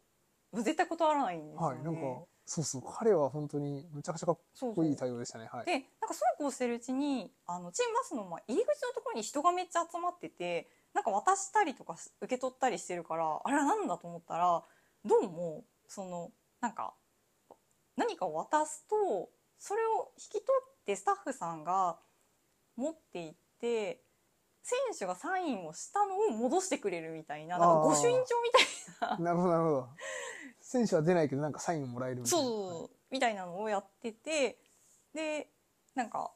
絶対断らないんですよ
はい、
ね、
なんかそうそう、彼は本当にむちゃくちゃかっ
そうそ
こ
う
いい対応でしたね。はい。
でなんかそうこうしてるうちにあのチームバスのまあ入り口のところに人がめっちゃ集まっててなんか渡したりとかし受け取ったりしてるからあれはなんだと思ったらどうもそのなんか何かを渡すとそれを引き取ってスタッフさんが持っていって選手がサインをしたのを戻してくれるみたいななんか
あー
御朱印帳みたい
なるほど、なるほど。選手は出ないけど、なんかサインもらえる
な
みたい
そう
な。
そうそうみたいなのをやっててでなんか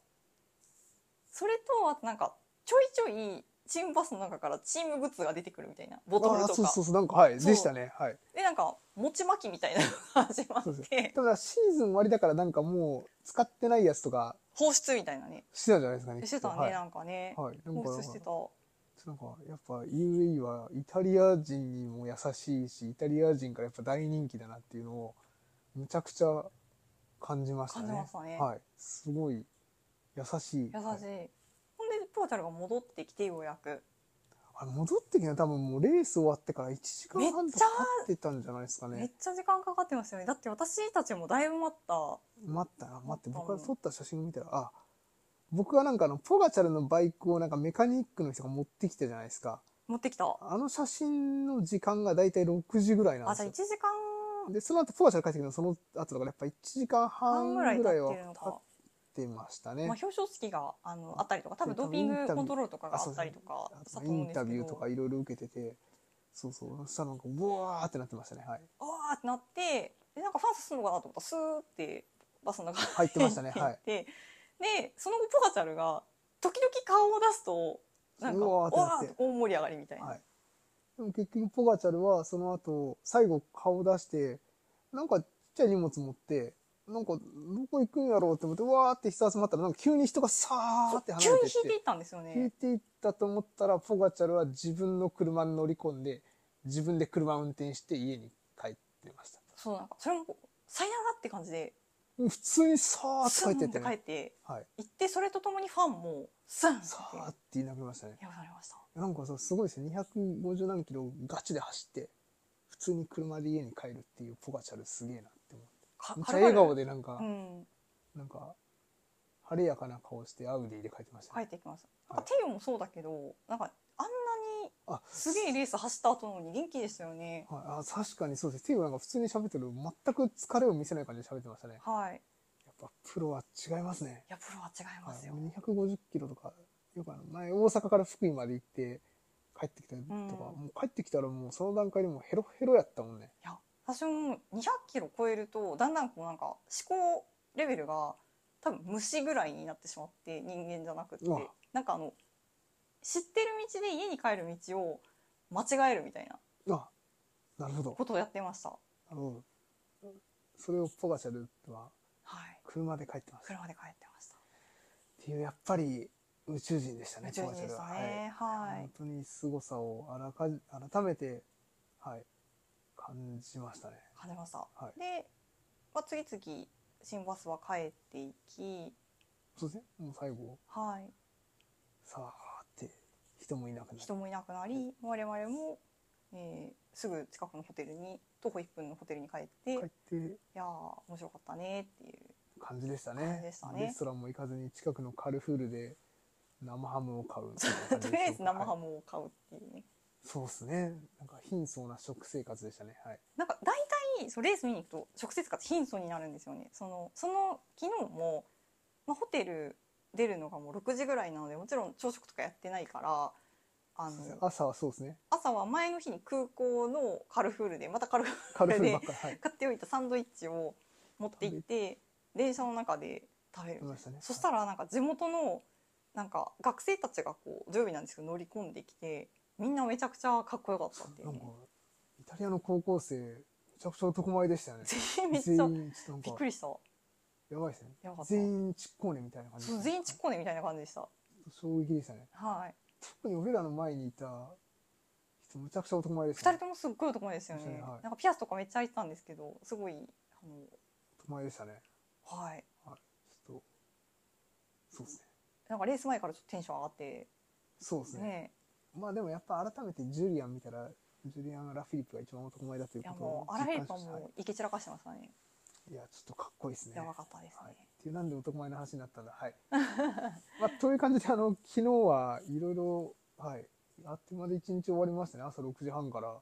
それとあとなんかちょいちょいチームバスの中からチームグッズが出てくるみたいなボト
はい
ルと
あ
か
ーそうそうそう、なんか、はい、
そう
でしたね。はい。
でなんか餅巻きみたいなのが始ま
そう
っ
で
て
ただ、シーズン終わりだから、なんかもう、使ってないやつとか、
放出みたいなね
してたんじゃないですかね。
してたね、
はい。
なんかね、
はい。なんか、
放出してた
なんか、やっぱ UAE はイタリア人にも優しいし、イタリア人からやっぱ大人気だなっていうのを、むちゃくちゃ感じましたね。
感じましたね
はい。すごい、優しい。
優しい、
は
ほん
い
でポーチャルが戻ってきてようやく
あの戻ってきたの多分もうレース終わってから1時間半とか経ってたんじゃないですか
めっ
ね。
ちゃ時間かかってましたよねだって私たちもだいぶ待った
待ったな、待って、
待った
僕が撮った写真見たら、あ、僕はなんかあの、ポガチャルのバイクをなんかメカニックの人が持ってきたじゃないですか。
持ってきた
あの写真の時間がだいたい6時ぐらいなん
あ
です
じゃあ1
よ。
時間
で、その後ポガチャル帰ってきたのその後だからやっぱ1時間半
半ぐ
ぐ
らい経
らい
っ
は
てるの
経っ
か
てました
ま
ね
あ、。表彰式があのあったりとか多分ドーピングコントロールとかがあったりとか
あ
した
と
と思
イ
うん
ン
です
タ
け
ビュ
ど
ーとかいろいろ受けてて、そうそう、そしたらなんか、うわーってなってましたね。はい。
あーってなってでなんかファンスするのかなと思ったらスーってバスの中に
入ってました
*laughs*
ね。
入
は
っ
い。
てでその後ポガチャルが時々顔を出すとなんか
う
わ
わーってなっ
ー
て
って大盛り上がりみたいな、
はい。でも結局、ポガチャルは、その後、最後顔出して、なんかちっちゃい荷物持って、なんか、どこ行くんやろうって思って、わーって人集まったら、なんか急に人がさーって離
急
れ
に
てっ
引いてい
て、
ったんですよね
引いていったと思ったら、ポガチャルは自分の車に乗り込んで、自分で車運転して家に帰ってました。
そうなんかそれもさよならって感じで
もう普通にさー
スン
って帰って
っ
てって
帰
ね。
って
はい。
行ってそれとともにファンもスンって
さーっていなくなりましたね。
呼ばれました
なんかさ、すごいですね。250何キロガチで走って、普通に車で家に帰るっていうポガチャルすげえなって思って。
か
めっちゃ
軽々
笑顔でなんか、
うん
なんか、晴れやかな顔してアウディで書いてました
帰
ね。
ってきますな
はい
んかテイオもそうだけどなんかあんなに
あ、
すげえレース走った後なのに元気でしたよね
はい、あ確かにそうです。ティーブなんか普通に喋ってる。全く疲れを見せない感じで喋ってましたね。
はいい
やっぱプロは違いますね。
やプロは違いま
はい
す、よ、
250キロとか、よくあの、前大阪から福井まで行って帰ってきたとか、
うん
もう帰ってきたらもうその段階でもうヘロヘロやったもんね。
いや私も200キロ超えるとだんだんこうなんか思考レベルが多分虫ぐらいになってしまって人間じゃなくって
うわ
なんかあの知ってる道で家に帰る道を間違えるみたいな
あ、なるほど。
ことをやってました
なるほど。それをポガチャルは
はい
車で帰ってました。っ
車で帰ってました
ていう、やっぱり宇宙人でしたね、
宇宙
ポ
人
ガチャル
でし
は。
た
はい
ねはい、
本当に凄さをあらかじ改めて、はい、感じましたね。
感じました、
は
で、まあ、次々新バスは帰っていき
そうですね。もう最後、
はい
さあって人もいなくなって
人もいなくなり我々も、えーすぐ近くのホテルに徒歩1分のホテルに帰って、
帰
い
って
やー面白かったね
*laughs*
っていう
感じでした
感
ね
じでしたね
レストランも行かずに近くのカルフールで生ハムを買うみたいな
*laughs* と
感じ
り
で
あ
しょ
え
う
ず
か
生ハ
はい
ムを買うっていうね、
そうですね。なんか貧相な食生活でしたね。はい。
なんか大体そうレース見に行くと直接か貧相になるんですよねそのその昨日も、まあ、ホテル出るのがもう6時ぐらいなのでもちろん朝食とかやってないからあ
そうですね
の
朝はそうですね。
朝は前の日に空港のカルフールでまたカルフール
カルフールばっかり。はい。
買っておいたサンドイッチを持って行って電車の中で食べる
いましたね。
そしたらなんか地元のなんか学生たちがこう土曜日なんですけど乗り込んできてみんなめちゃくちゃかっこよかったっていう
なん
ね
か、イタリアの高校生、めちゃくちゃ男前でしたよね。
全員めっち
全
ゃ
員、ちょっと
びっ
なん
く
か、
りした
やばいですね。
やばかった
全員ちっこうねみたいな感じで
そ
した。
う全員ちっこねみたいな感じでした
衝撃でしたね。
はい
特に俺らの前にいた人、むちゃくちゃ男前でした
2
ね
人。ともすっごい男前ですよね、
はい
なんかピアスとかめっちゃ開いてたんですけどすごいあの
男前でしたね。
はい
ちょっと、そうですね。
なんかレース前からちょっとテンション上がって
そうですね。
ね
まあでもやっぱ改めてジュリアン見たら、ジュリアン・ラフィリップが一番男前だという
いや
こと
も
を
うアラフィリ
実
パ
感しました。はい
もいけ散らかしてましたね
いや、ちょっとかっこいいですね。
やばかったです
はい、っ
ね。
ていうなんで男前の話になったんだ。はい。 *laughs* まあ、という感じで、あの、昨日はいろいろ、はい、あっという間で一日終わりましたね。朝6時半から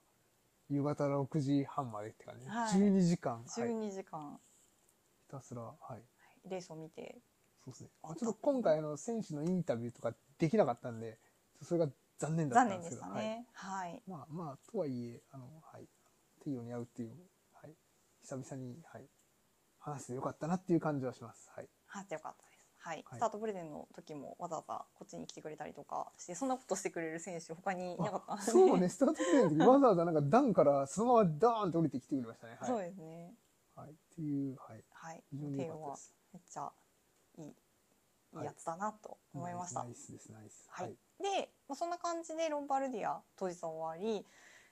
夕方6時半までって感じ、
はい
12時間、はい、ひ
12時間、は
たすら、はい、
いレースを見て、
そうですね。まあちょっと今回、あの、選手のインタビューとかできなかったんで、それが残念だっ
残
たん
念
で
です
け
し
ど、
た
はい。
ね。はい。
まあまあ、とはいえ、あの、はい、テイオに会うっていう、はい、久々に、はい、話してよかったなっていう感じはします。はい。
あってよかったです。はい、
はい
スタートプレゼンの時もわざわざこっちに来てくれたりとかしてそんなことしてくれる選手他にいなかったんで
そう
*laughs*
ね、スタートプレーの時、わざわざなんか段からそのままダーンって降りてきてくれましたね。
そう
はい。
ですね
はい、っていう、はい。
はい
非常に良
テイ
かっ
オ
たで
は
す。
めっちゃいいい
はい
いやつだなと思いました、
ナイスです、ナイス。
はいで、まあ、そんな感じでロンバルディア当日は終わり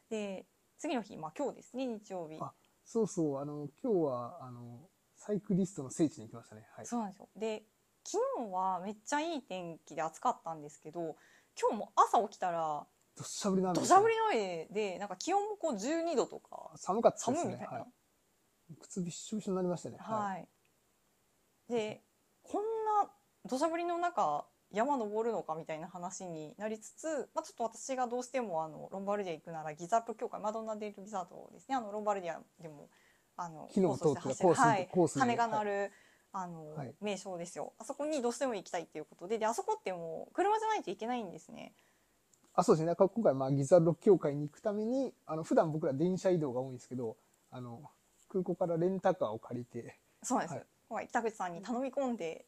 で次の日、まあ、今日ですね日曜日、
あそうそう、あの、今日は、あの、サイクリストの聖地に行きましたね。はい。
そうなんですよで昨日はめっちゃいい天気で暑かったんですけど今日も朝起きたら
どっしゃぶりなん
土
です
砂降りの雨でなんか気温もこう12度とか
寒かったで
寒
す
いみ
ね
たい。な、
はい。靴びっしょびしょになりましたね。い。
はい。で、こんな土砂降りの中、山登るのかみたいな話になりつつ、まあ、ちょっと私がどうしてもあのロンバルディア行くならギザップ協会マドンナ・デ・ル・リザードですねあのロンバルディアでもあの
昨日通ってたコースに、
はい、
コースに。
鐘が鳴
る。
る、あの
はい
名称ですよあそこにどうしても行きたいっていうことでであそこってもう車じゃないといけないんですね
あ、そうですね。なんか今回、まあ、ギザロ協会に行くために、あの、普段僕ら電車移動が多いんですけど、あの、空港からレンタカーを借りて、
そうなんです、
はい
まあ北口さんに頼み込んで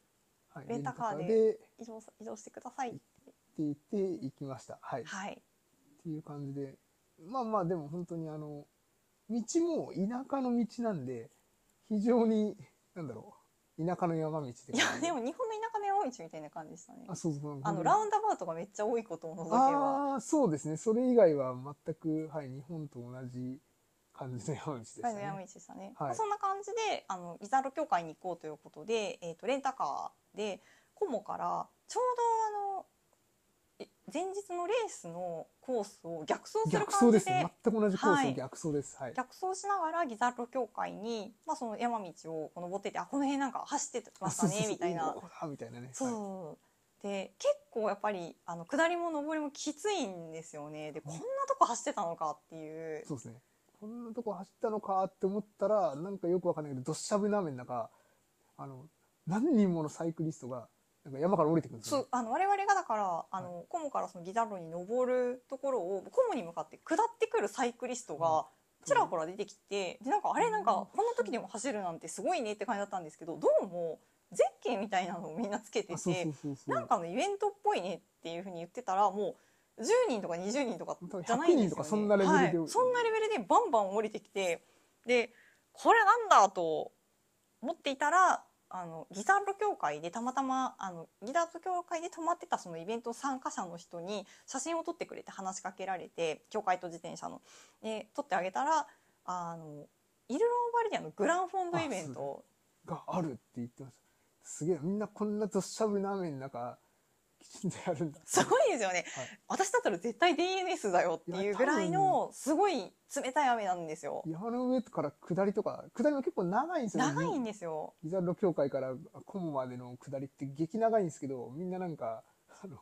はい
レンタカーで
レンタ
移動さ移動してくださいって
カーで行って行きました。はい。
はい
っていう感じでまあまあでも本当にあの道も田舎の道なんで非常になんだろう田舎の山道って
いや
感じ
でも日本の田舎の山道みたいな感じでしたね
あそうそう
あのラウンドアバウトがめっちゃ多いことを除けば
あーそうですねそれ以外は全くはい日本と同じ感じの山道でした
前の山
ね
道でしたね、
はい
そんな感じであのリザード協会に行こうということで、えー、とレンタカーでコモからちょうどあのえ前日のレースのコースを逆走する
逆走
感
で
じ
す
で
ね全く同じコース
は
を
い
逆走ですはい、
逆走しながらギザード協会に、まあ、その山道をこう登っててあこの辺なんか走ってましたねみたいな
おーあみたいなね
そう
はい
で結構やっぱりあの下りも上りもきついんですよねでこんなとこ走ってたのかっていう
そうですね。こんなとこ走ったのかって思ったら、なんかよくわかんないけど、どっしゃぶりの雨の中、あの、何人ものサイクリストが、なんか山から降りてくるんです
そ
よ、
うあの我々がだからあの、コモからそのギザロに登るところをコモに向かって下ってくるサイクリストがちらほら出てきて、でなんかあれなんかこんな時でも走るなんてすごいねって感じだったんですけどどうもゼッケンみたいなのをみんなつけて
あそうそ
て
うそうそう。
なんかのイベントっぽいねっていうふうに言ってたらもう10人とか20人とか
多分
じゃないん
100
で
人
す
とかそ
よ、ね、
んなレベルで、
はい、そんなレベルでバンバン降りてきてでこれなんだと思っていたらあのギザード協会でたまたまあのギザード協会で泊まってたそのイベント参加者の人に写真を撮ってくれて話しかけられて協会と自転車の。で撮ってあげたらあのイルローバルディアのグランフォンドイベント
があるって言ってました。すげえ、みんなこんなどっしゃぶりの雨の中、 *laughs* きちんとやるんだ。
すごいですよね、
はい
私だったら絶対 DNS だよっていうぐらい
いや
のすごい冷たい雨なんですよ
山の上から下りとか、下りも結構長いんですよね。
長いんですよ
ギザンド教会からコモまでの下りって激長いんですけどみんななんかあの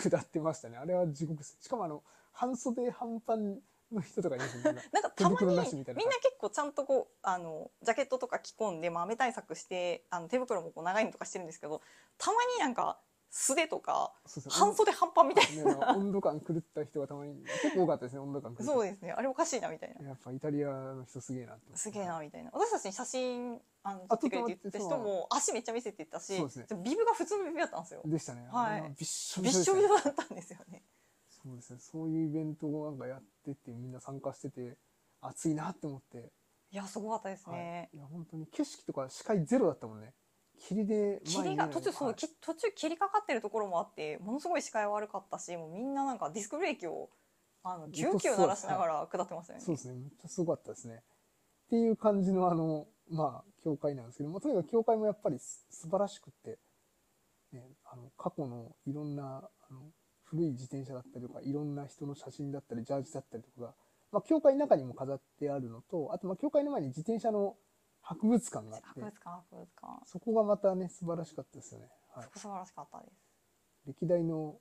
下ってましたねあれは地獄ですしかもあの半袖半パンの人とかいます
*laughs*
ね
なんかたま
手
に
袋
みん
な
な
し
結
みたいな
構ちゃんとこうあのジャケットとか着込んで、まあ、雨対策してあの手袋もこう長いのとかしてるんですけどたまになんか素手とか
そうですね
半袖半端みたい
ねあの温度感狂った人がたまに結構多かったですね温度感狂った
なそうですねあれおかしいなみたいな
やっぱイタリアの人すげえなって思って
すげえなみたいな私たちに写真あの撮ってくれって言った人も足めっちゃ見せてたし、
そうですね
ビブが普通のビブだったんですよ
でしたね
はい
あれびっしょ
び
び
っ
しょで
し
したね
ょびしょだったんですよね
そうですねそういうイベントをなんかやっててみんな参加してて暑いなって思って
いやすごかったですね
はい、、いや本当に景色とか視界ゼロだったもんね霧で前
霧
見えな
が
い
途中そう、
はい
き途中霧かかってるところもあってものすごい視界悪かったしもうみんななんかディスクブレーキをあのキューキュー鳴らしながら下ってましたよね
そうですね、めっちゃすごかったですね。っていう感じの、あの、まあ、教会なんですけども、とにかく教会もやっぱりす素晴らしくって、ね、あの、過去のいろんな、あの、古い自転車だったりとか、いろんな人の写真だったり、ジャージだったりとかが、まあ、教会の中にも飾ってあるのと、あと、まあ、教会の前に自転車の博物館があ
博物
って、
館博物館
そこがまたね、素晴らしかったですよね。はい
そ。こ素晴らしかったです
歴代の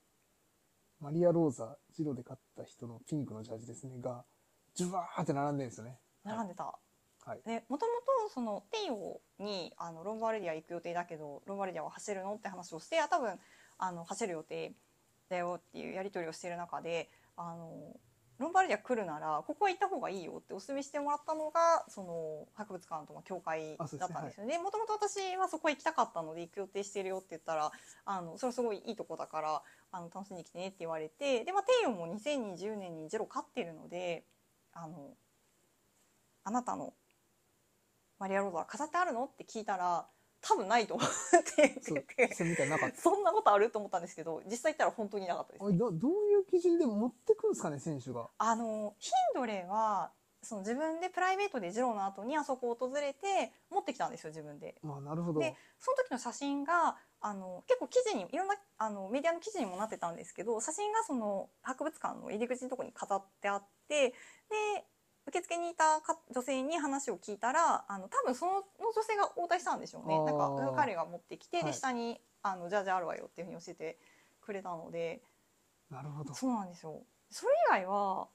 マリア・ローザ、ジロで勝った人のピンクのジャージですね、が、ジュワーって並んでるんですよね。
並んでた
はい。
でもともとそのテイオにあのロンバルディア行く予定だけどロンバルディアは走るのって話をしてあ多分あの走る予定だよっていうやり取りをしている中であのロンバルディア来るならここは行った方がいいよってお勧めしてもらったのがその博物館との教会だ
あ
っ
そうですね
たんですよね。もともと私はそこ行きたかったので行く予定してるよって言ったらあのそれすごいいいとこだからあの楽しんできてねって言われてで、まあ、テイオも2020年にゼロ勝ってるのであのあなたのマリア・ローザは飾ってあるのって聞いたら多分ないと思って
そ
言
う
っ、てて
それみたいなのなか *laughs* った。
*laughs* そんなことあると思ったんですけど実際行ったら本当になかったです
あ。れどどういう基準で持ってくんですかね、選手が。
あのヒンドレーはその自分でプライベートでジローの後にあそこを訪れて持ってきたんですよ自分で。
まあ、なるほど。
でその時の写真があの結構記事にいろんなあのメディアの記事にもなってたんですけど写真がその博物館の入り口のところに飾ってあってで受付にいたか女性に話を聞いたらあの多分その女性が応対したんでしょうね
あー
なんか彼が持ってきて
は
で
い
下にあの「ジャージあるわよ」っていうふうに教えてくれたので
なるほど。
そうなんですよそれ以外は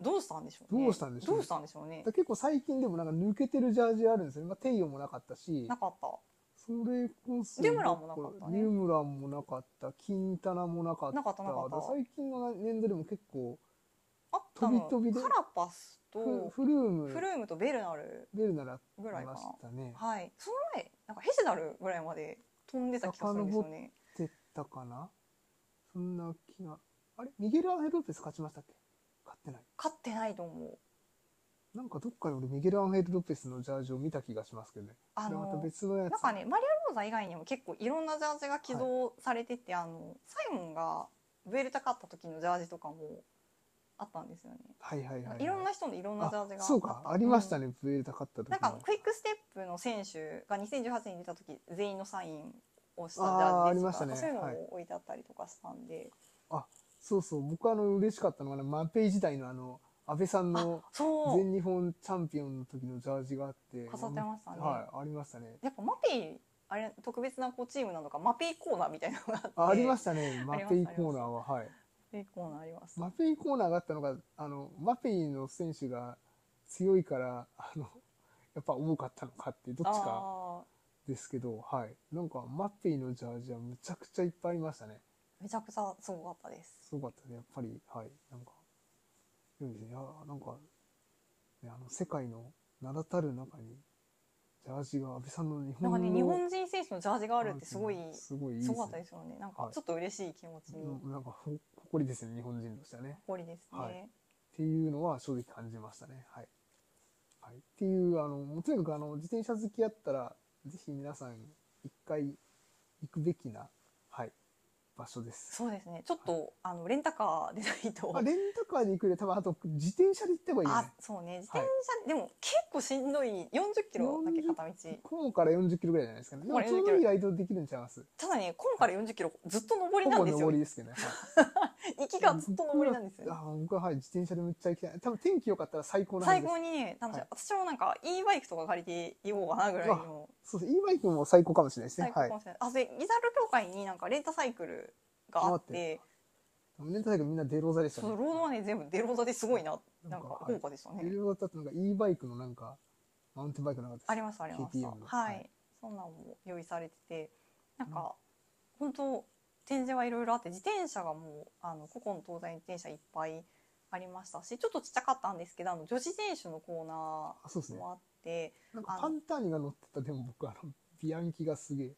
どうしたんでしょうね
どうしたんでしょうね
どうしたんでしょうね
だ結構最近でもなんか抜けてるジャージあるんですよね。まあ、テイオもなかったし
な、かった
それこそ、
デュムランもなかったね
デュムランもなかった、キンタナもなかった。
なかったなかっ
だ
た
ら最近の年度でも結構、
あったの
飛び飛びで
カラパス
フ
と
フルーム、
フルームとベルナル
ベルナラ
ぐらい
い
か
まし
な
たね。
はい、その前なんかヘジダルぐらいまで飛んでた気がするんですよね。
ってたかなそんな気が。あれミゲル・アンヘル・ロペス勝ちましたっけ勝ってない。
勝ってないと思う。
なんかどっかで俺ミゲル・アンヘル・ロペスのジャージを見た気がしますけどね。
あ
それはまた
の
別のやつ。
なんかねマリア・ローザ以外にも結構いろんなジャージが寄贈されてて、あのサイモンがウェルタ勝った時のジャージとかもあったんですよね。
はいはいはい、はい。
いろんな人のいろんなジャージがあっ
あ
た
そうか、ありました
ね。
ね。プエルタ勝った時
なんか
も
クイックステップの選手が2018年に出た時全員のサインをしたジャ
あー
ージです
あ
とか、
りました
そう
ね
いうの
はい
も置いてあったりとかしたんで、
そうそう、僕あの、嬉しかったのがね、マペイ時代のあの、安倍さんの
あそう
全日本チャンピオンの時のジャージがあって。
飾ってましたね
はい、ありましたね。
やっぱマペイあれ特別なこうチームなのかマペイコーナーみたいなのがあって
あありましたね、マペイ
あります
コーナーは。はい。
マペイコーナーあります
マペイコーナーがあったのが、あの、マペイの選手が強いから、あの、やっぱ多かったのかって、どっちか
あ
ですけど、はい。なんか、マペイのジャージはむちゃくちゃいっぱいありましたね。
ーめちゃくちゃすごかったです
すごかったね、やっぱり、はい。なんか、いいですね。いや、なんか、ね、あの、世界の名だたる中に、ジャージが安倍さんの日
なん
本
か
の。
ね日本人選手のジャージが
あ
あるってすごいす
すごいいい
ごかったですすよねなんか
はい
ちょっと嬉しい気持ち
ね。
に
うんなんか、ほ誇りですね、日本人としてはね。
誇りですね、
はいっていうのは正直感じましたね。はい。はい、っていう、あの、もうとにかくあの、自転車好きやったら、ぜひ皆さん、一回行くべきな、はい、場所です。
そうですねちょっと、あのレンタカーでないと
まあ、レンタカーで行くより、多分あと、自転車で行った方がいいよ
あ
ね。
そうね自転車、でも結構しんどい40キロだけ片道
こうから40キロぐらいじゃないですかね。で
こ
も
うから
ちょうどいいライドできるんちゃいます
ただね今から40キロずっと上り
ほ
なん
ぼ
ですよ
登りですけどね。はい
行きがずっと上りなんですよ、
僕
ね
はあ僕ははい、自転車でめっちゃ行きたい。多分天気良かったら最高なん
最
です
高。にね楽しい、
はい
私もなんか e バイクとか借りていようかなぐらいの
そうです。e バイクも最高かもしれないですね
最。高
はい
か。もしれない、あでギザル協会になんかレンタサイクルがあっ
回って
て
レンタサイクルみんなデローザでした
そ
ね。
のロードはね全部デローザですごいななんか
はい
豪華でしたね、
有料だったのが E バイクのなんかマウンテンバイクなかった
あ
で
りましたありま
KTM
した
の
はい、
はい
そんなんも用意されててなんか、本当展示はいろいろあって自転車がもうあの古今東西に自転車いっぱいありましたしちょっとちっちゃかったんですけどあの女子選手のコーナ
あそうです
ー
ね
もあって
すなんかパンターニが乗ってたでも僕あのビアンキがすげえ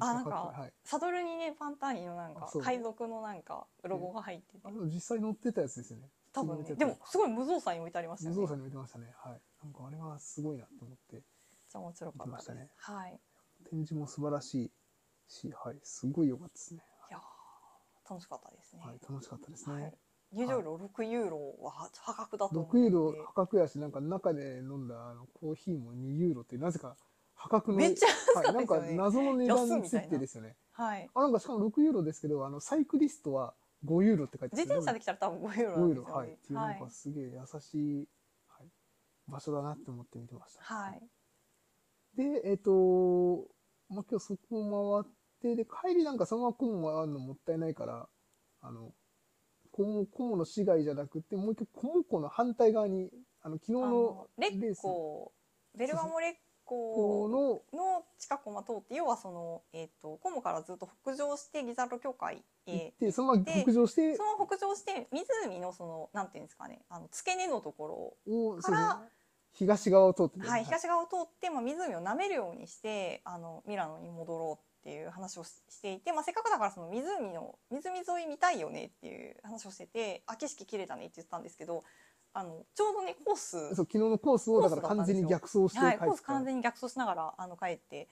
あ
めっちゃかっこいいはい、
サドルにねパンターニのなんか
あそう
海賊のなんかロゴが入ってて
あの実際乗ってたやつですよね
多分
普通
ね
に
で
乗っ
も
て
すごい無造作に置いてありました
たや
よ
つ
ね
無
め
造
っ
作に見てましたねはいなんかあれはすごいなと思って
ちゃ面白かったです
見てましたね
はい
展示も素晴らしいしはいすごい良かったですね
いやー楽しかったですね、
はい楽しかったですね、
はい入場料6ユーロは破格だと思う
6ユーロ
ので
破格やしなんか中で飲んだあのコーヒーも2ユーロってなぜか破格の
めっちゃ
はい、
安
なん
か
か
ったですよね
謎の値段
安みたいな
設定ですよね
はい
あなんかしかも6ユーロですけどあのサイクリストは5ユーロって書いてあ
自
る
転車で来たら多分5ユーロな
5
んで
ユー
す
ロ
よ
はいっ
ね
ていうなんかすげえ優しい、はい、場所だなって思って見てました
はい、はい
で、えっ、と、まあ、今日そこ回って、で、帰りなんかそのまま雲回るのもったいないから、あの、雲雲の市街じゃなくて、もう一回雲湖の反対側に、あの、昨日
あ
の
のレ
レー
ッ
ス
コーベルガモレッ
湖
コー
の、
の近くを通って要はその、えー、とコモからずっと北上してギザルド教会
行っ
へ、
て、そのまま
で
北上して
そ、の北上して湖のそのなんていうんですかねあの付け根のところを、
を、
から
そうですね東側を通ってね
はい、東側を通って、まあ、湖を舐めるようにしてあのミラノに戻ろうっていう話をししていて、まあ、せっかくだからその湖の湖沿い見たいよねっていう話をしてて「あ景色綺麗だね」って言ったんですけどあのちょうどねコース
そう、昨日のコースを、だから
コースだ
完
ったんです
全
よ
に逆走して帰
は
っ
い、
てた。
コース完全に逆走しながらあの帰って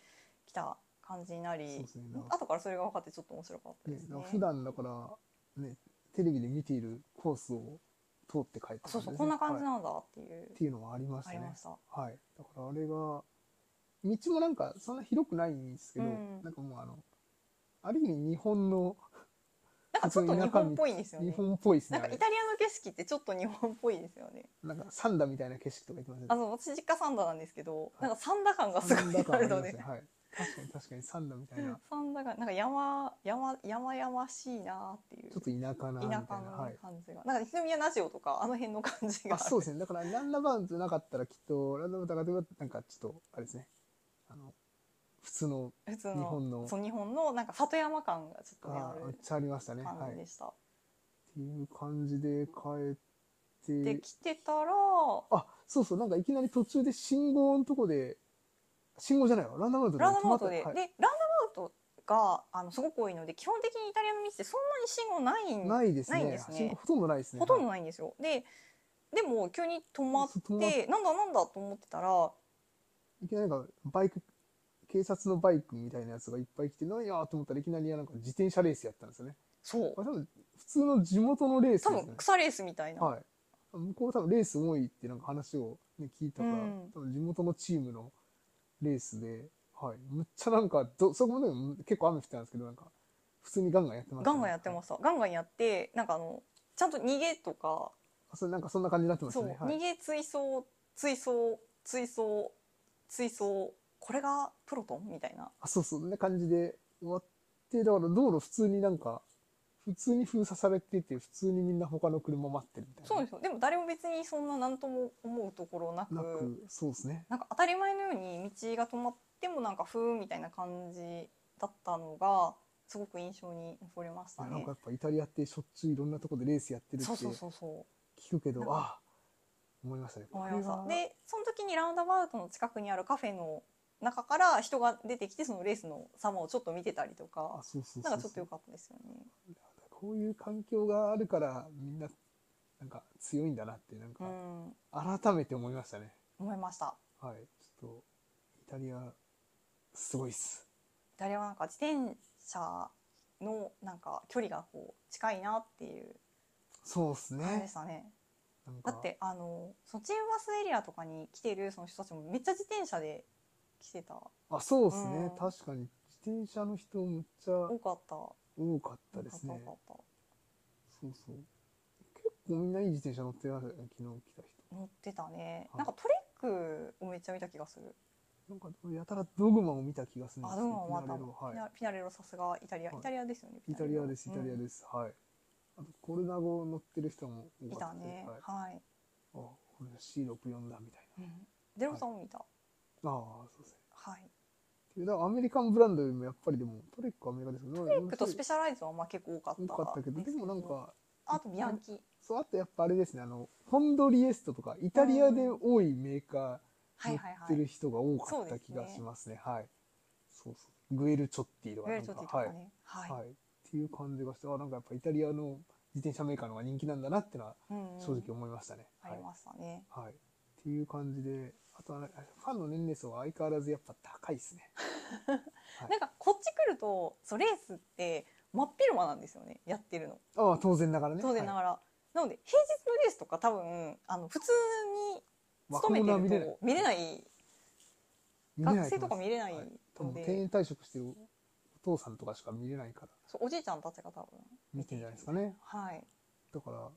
きた感じにな
そう
り
ですねなんか
後からそれが分かってちょっと面白かったで
ね
す、ね
だから普段だから、ね、テレビで見ているコースを通って帰って
あ
た
そうそうこんな感じ
はい
なんだっていう、
っていうのはありました
あ
ね
り。ました
はい。だからあれが、道もなんかそんな広くないんですけど、
うん
なんかもうあの、ある意味日本の、
なんかちょっと日本っぽいんですよ
日
ね
本っぽいです
な
ね。あ
んか
れ
イタリアの景色ってちょっと日本っぽいですよね
なんかサンダみたいな景色とか言ってません
あの私実家サンダなんですけど
い
なんかサンダ感がす
サン
ご
ダ
いあ
感あ
る
り
の
ます
で
ね。はい。確かに確かにサンダみたいな、
サンダがなんか山山山々しいなっていう
ちょっと田舎なみたい
田
な。
舎の
はい。
感じが、なんか泉谷ラジオとかあの辺の感じが
あそうです
ね
ね。だから、ランダバーンズなかったらきっと、ランダバーンズなかったら、なんかちょっと、あれですね。あの、普通の、
普通の
日本の
そう日本のなんか里山感がちょっとね
あ
あ
ーめっ
る
ちゃありましたね。は
感
い。
じ
っ
でした、
ていう感じで帰っ
で
て、
来てたら
あ、そうそう、なんかいきなり途中で信号のとこで、信号じゃないわ、ランダムアウトで
ランダムアウ
止
ト
ま
で、
った
でランダムアウトがあのすごく多いので基本的にイタリアの道ってそんなに信号ない
はい
ん
ないですね。
ないんですね
信号ほとんどないですね。
ほとんど
はい
ないんですよ。ででも急に止まっ
そう止ま
てなんだなんだと思ってたら
いきなりなんか、バイク、警察のバイクみたいなやつがいっぱい来て、なんやーと思ったらいきなりなんか自転車レースやったんですよね。
そう
これ多分、普通の地元のレースです
多
ね。
分草レースみたいな、
はい。向こう多分レース多いってなんか話を、ね、聞いたから、
うん
多分地元のチームのレースで、はい。むっちゃなんかど、そこまでも結構雨降ってたんですけど、なんか、普通にガンガンやってました、
ガンガンやってま
し
した、ガンガンやってなんかあのちゃんと逃げとか、
た。それなんかそんな感じになってまし
そ
た
う、
ね。はい
逃げ追走追走追走追走これがプロトンみたいな
あ、そうそう、そんな感じで終わって、だから道路普通になんか、普通に封鎖されてて、普通にみんな他の車待ってるみたいな。
そうですよでも誰も別にそんな何とも思うところなく
なく、そうですね。
なんか当たり前のように道が止まってもなんかふーんみたいな感じだったのがすごく印象に残りました
なん
ね
かや。っぱイタリアってしょっちゅういろんなとこでレースやってるって
そうそう
聞
そうそう
くけど、
なんか
ああ、思いましたね。
思いまし
これ
た
は
でその時にラウンダバウトの近くにあるカフェの中から人が出てきてそのレースの様をちょっと見てたりと
あ
か
そうそうそう
なんかち
そ
ょ
う
っと良かったですよね。
こういう環境があるからみんななんか強いんだなってなん
う
か
ん
改めて思いましたね、
思いました。
はいちょっとイタリアすごいっす
誰はなんか自転車のなんか距離がこう近いなっていう
そうっす
感じで
ね
したね。
なんか
だってあのそのチームバスエリアとかに来てるその人たちもめっちゃ自転車で来てた
あそうっすね、
うん
確かに自転車の人むっちゃ
多かった
多かった
多か
で
っ
す
た多
ね
かった
そうそう結構みんないい自転車乗ってますよね昨日来た人
乗ってたね
はい
なんかトレックをめっちゃ見た気がする
なんかやたらドグマを見た気がするん
あ
です
で
けど
もま
ピナ
た
レロはい
ピナピナレロさすがイタリアイ
はい
タリアですよね
イタリアですイタリア
す
です、はいあとコルナ語を乗ってる人も
い
多か
た
ったです
ね
はい
はい
あ、これが C64 だみたい
うんデロさんも見た
な。ああ、そうですね。
はい
っていうだからアメリカンブランドよりもやっぱりでもトレックはアメリカですけど、ト
トレックとスペシャライズはまあ結構多かった
多かったけど、でもなんか、
あとビアンキ
そう、あとやっぱあれですね、あの、ホンドリエストとか、イタリアで多いメーカ
は
ー
い
持
はいは
って
い
る人が多か
そう
っ
で
た
す
気が
ね
しますね。はい。そうそう。グエルチョッティとか
ウ
な
ェル
ん
チョ
か、
ティと
は
か
い。
ねはい
はい。っていう感じがして、あ、なんかやっぱイタリアの自転車メーカーの方が人気なんだなってのは
うんうん
正直思いましたね。
あ
は
り
い。
ましたね
はい。っていう感じで、あとはねファンの年齢層は相変わらずやっぱ高いですね。はい
なんかこっち来るとそうレースって真っ昼間なんですよねやってるの
ああ、当然ながらね。
当然な
はい
がら、なので平日のレースとか多分あの普通に
若
勤め
者は
てる
見れない
と見れない
見れない
学生とか見れない
は
の
い
で、
多分定年退職してるお父さんとかしか見れないから
そうおじいちゃんたちが多分
見てるんじゃないですかね。
はい
だから、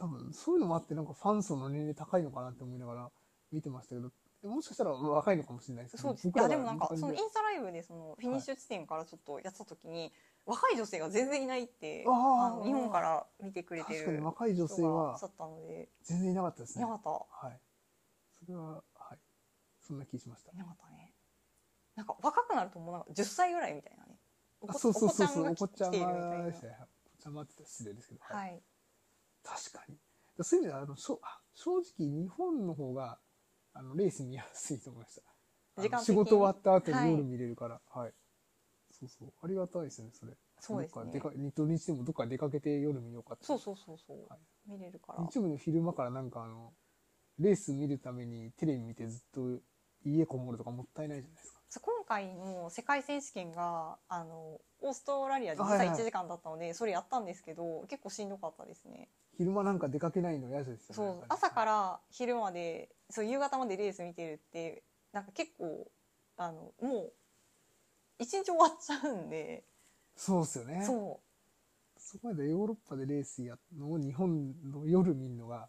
多分そういうのもあってなんかファン層の年齢高いのかなって思いながら見てましたけど、もしかしたら若いのかもしれないですね
そうですい
僕ら
や
が
でもなんか
こ
その
感
イン
じ
スタライブでそのフィニッシュ地点からちょっとやってた時に、若い女性が全然いないって
あー
あの日本から見てくれて
確かに
る
若い女性
人が
は
だったので
全然いなかったです
い
ね
なか。った
はい。それは、はい。そんな気しました
い。なかったねなんか若くなるともうなんか10歳ぐらいみたいなねお
あ、
こ
そうそうそうそう、お
お
こ
子
ち
ち
ゃ
ゃ
ま
んが来ているみたいな
でしたね。お子ちゃまって言ったら失礼ですけど。
は。い
確かに。だそういう意味では、あの、しょあ正直日本の方が、あの、レース見やすいと思いました。あの
時間的
仕
に
事終わった後に
はい
夜見れるから、はい。そうそう。ありがたいですね、それ。
そうです
どっ
ね
かでか、日当にしてもどっか出かけて夜見ようかって。
そうそうそうそう、
はい
見れるから
日曜日の昼間からなんかあの、レース見るためにテレビ見てずっと家こもるとかもったいないじゃないですか。
そう今回の世界選手権があのオーストラリアで
はいはい
1時間だったので、それやったんですけど結構しんどかったですね
昼間なんか出かけないの嫌ですよね。
そ
なん
う
ね
朝から昼までそう夕方までレース見てるってなんか結構あのもう一日終わっちゃうんで
そうですよね。そ
そ
こまでヨーロッパでレースやるのを日本の夜見るのが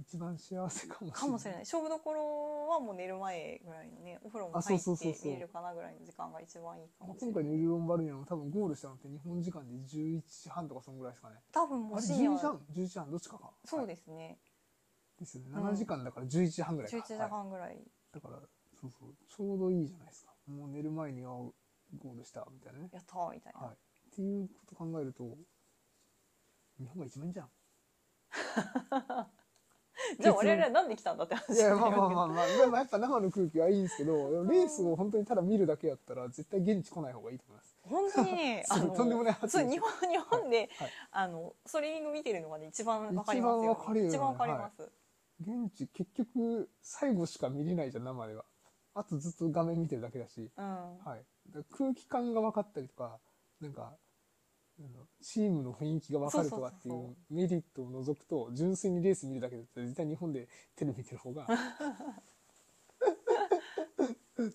一番幸せかもしれな
う
い。
かもしれない勝負どころはもう寝る前ぐらいのねお風呂も
あそ
入
う
っ
そうそう
て
そう
見れるかなぐらいの時間が一番いいかもしれ
今
な
回
い
のユリオン・バルニアも多分ゴールしたのって日本時間で11時半とかそんぐらいですかね。
多分
あ
も
れ
う
10
深夜
時半 ?11 時半どっちかか。
そう
はい
ですね
ですよね。
うん
7時間だから11時半ぐらいか。
11時
はい
半ぐらい、
だから、そうそう。ちょうどいいじゃないですか。もう寝る前にはゴールしたみたいなね。
やったーみたいな、
はい。っていうこと考えると、日本が一番いいじゃん。
じゃあ我々はなんで来たんだって話
い
にな
や
るわ
まあ
け
まあまあまあでもやっぱ生の空気はいいんですけどでもレースを本当にただ見るだけやったら絶対現地来ない方がいいと思います
本当に
*laughs*
ね
そうとんでもない発
そう
言
日本日本で、
はい
あのストリーミング見てるのがね一番わかりますよ、ね、
一番わかるよね
一番わかります、
現地結局最後しか見れないじゃん生ではあとずっと画面見てるだけだし、
う
はい、
ん、
だから空気感が分かったりとかなんかあのチームの雰囲気が分かるとかってい
そうそう
うメリットを除くと純粋にレース見るだけだったら絶対日本でテレビ見てる方が
*laughs*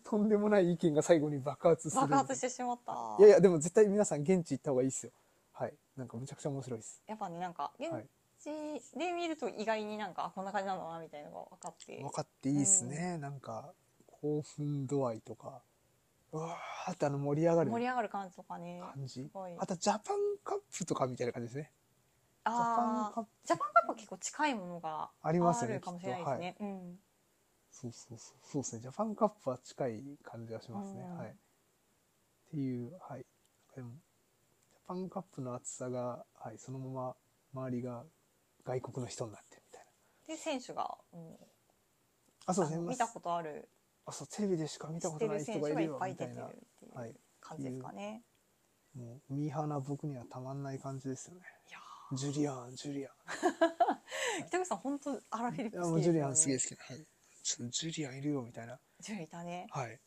とんでもない意見が最後に爆発するみ
爆
たいな
発してしまった
いやいやでも絶対皆さん現地行った方がいいですよはいなんかむちゃくちゃ面白いです
やっぱねなんか現
はい
地で見ると意外になんかあこんな感じなんだなみたいなのが分かって
分かっていいですね、なんか興奮度合いとかうわーってあの盛り上がる
盛り上がる感じとかね
感じ
ごい
あとジャパンカップとかみたいな感じですねジャパ
あ
ンカ
あ
ップ
ジャパンカップは結構近いものが
ありますよね
るかもしれないですね、うん
そうそうそうそうですねジャパンカップは近い感じがしますね、
うん
はいっていうはいなんかでもジャパンカップの厚さが、はい、そのまま周りが外国の人になってるみたいな
で選手が、うん
あそうです
あ
ね
の見たことある
あそうテレビでしか見た
知っ
こ
て
とな
る
い
選
人が
手
い
がい
る
っ
よ
ぱい
みた
出て
い
る
な
ってい
はいう
感じですかね、
もうミーハーな僕にはたまんない感じですよね
いや
ジュリアンジュリア
ー北口さん本当アラフィ
ン
リッ
い
プ
や
好
もう
き
ジ
で
ュリアン
すよね
すげえ好きな、はい、ちょっとジュリアンいるよみたいな
ジュリーいたね
はい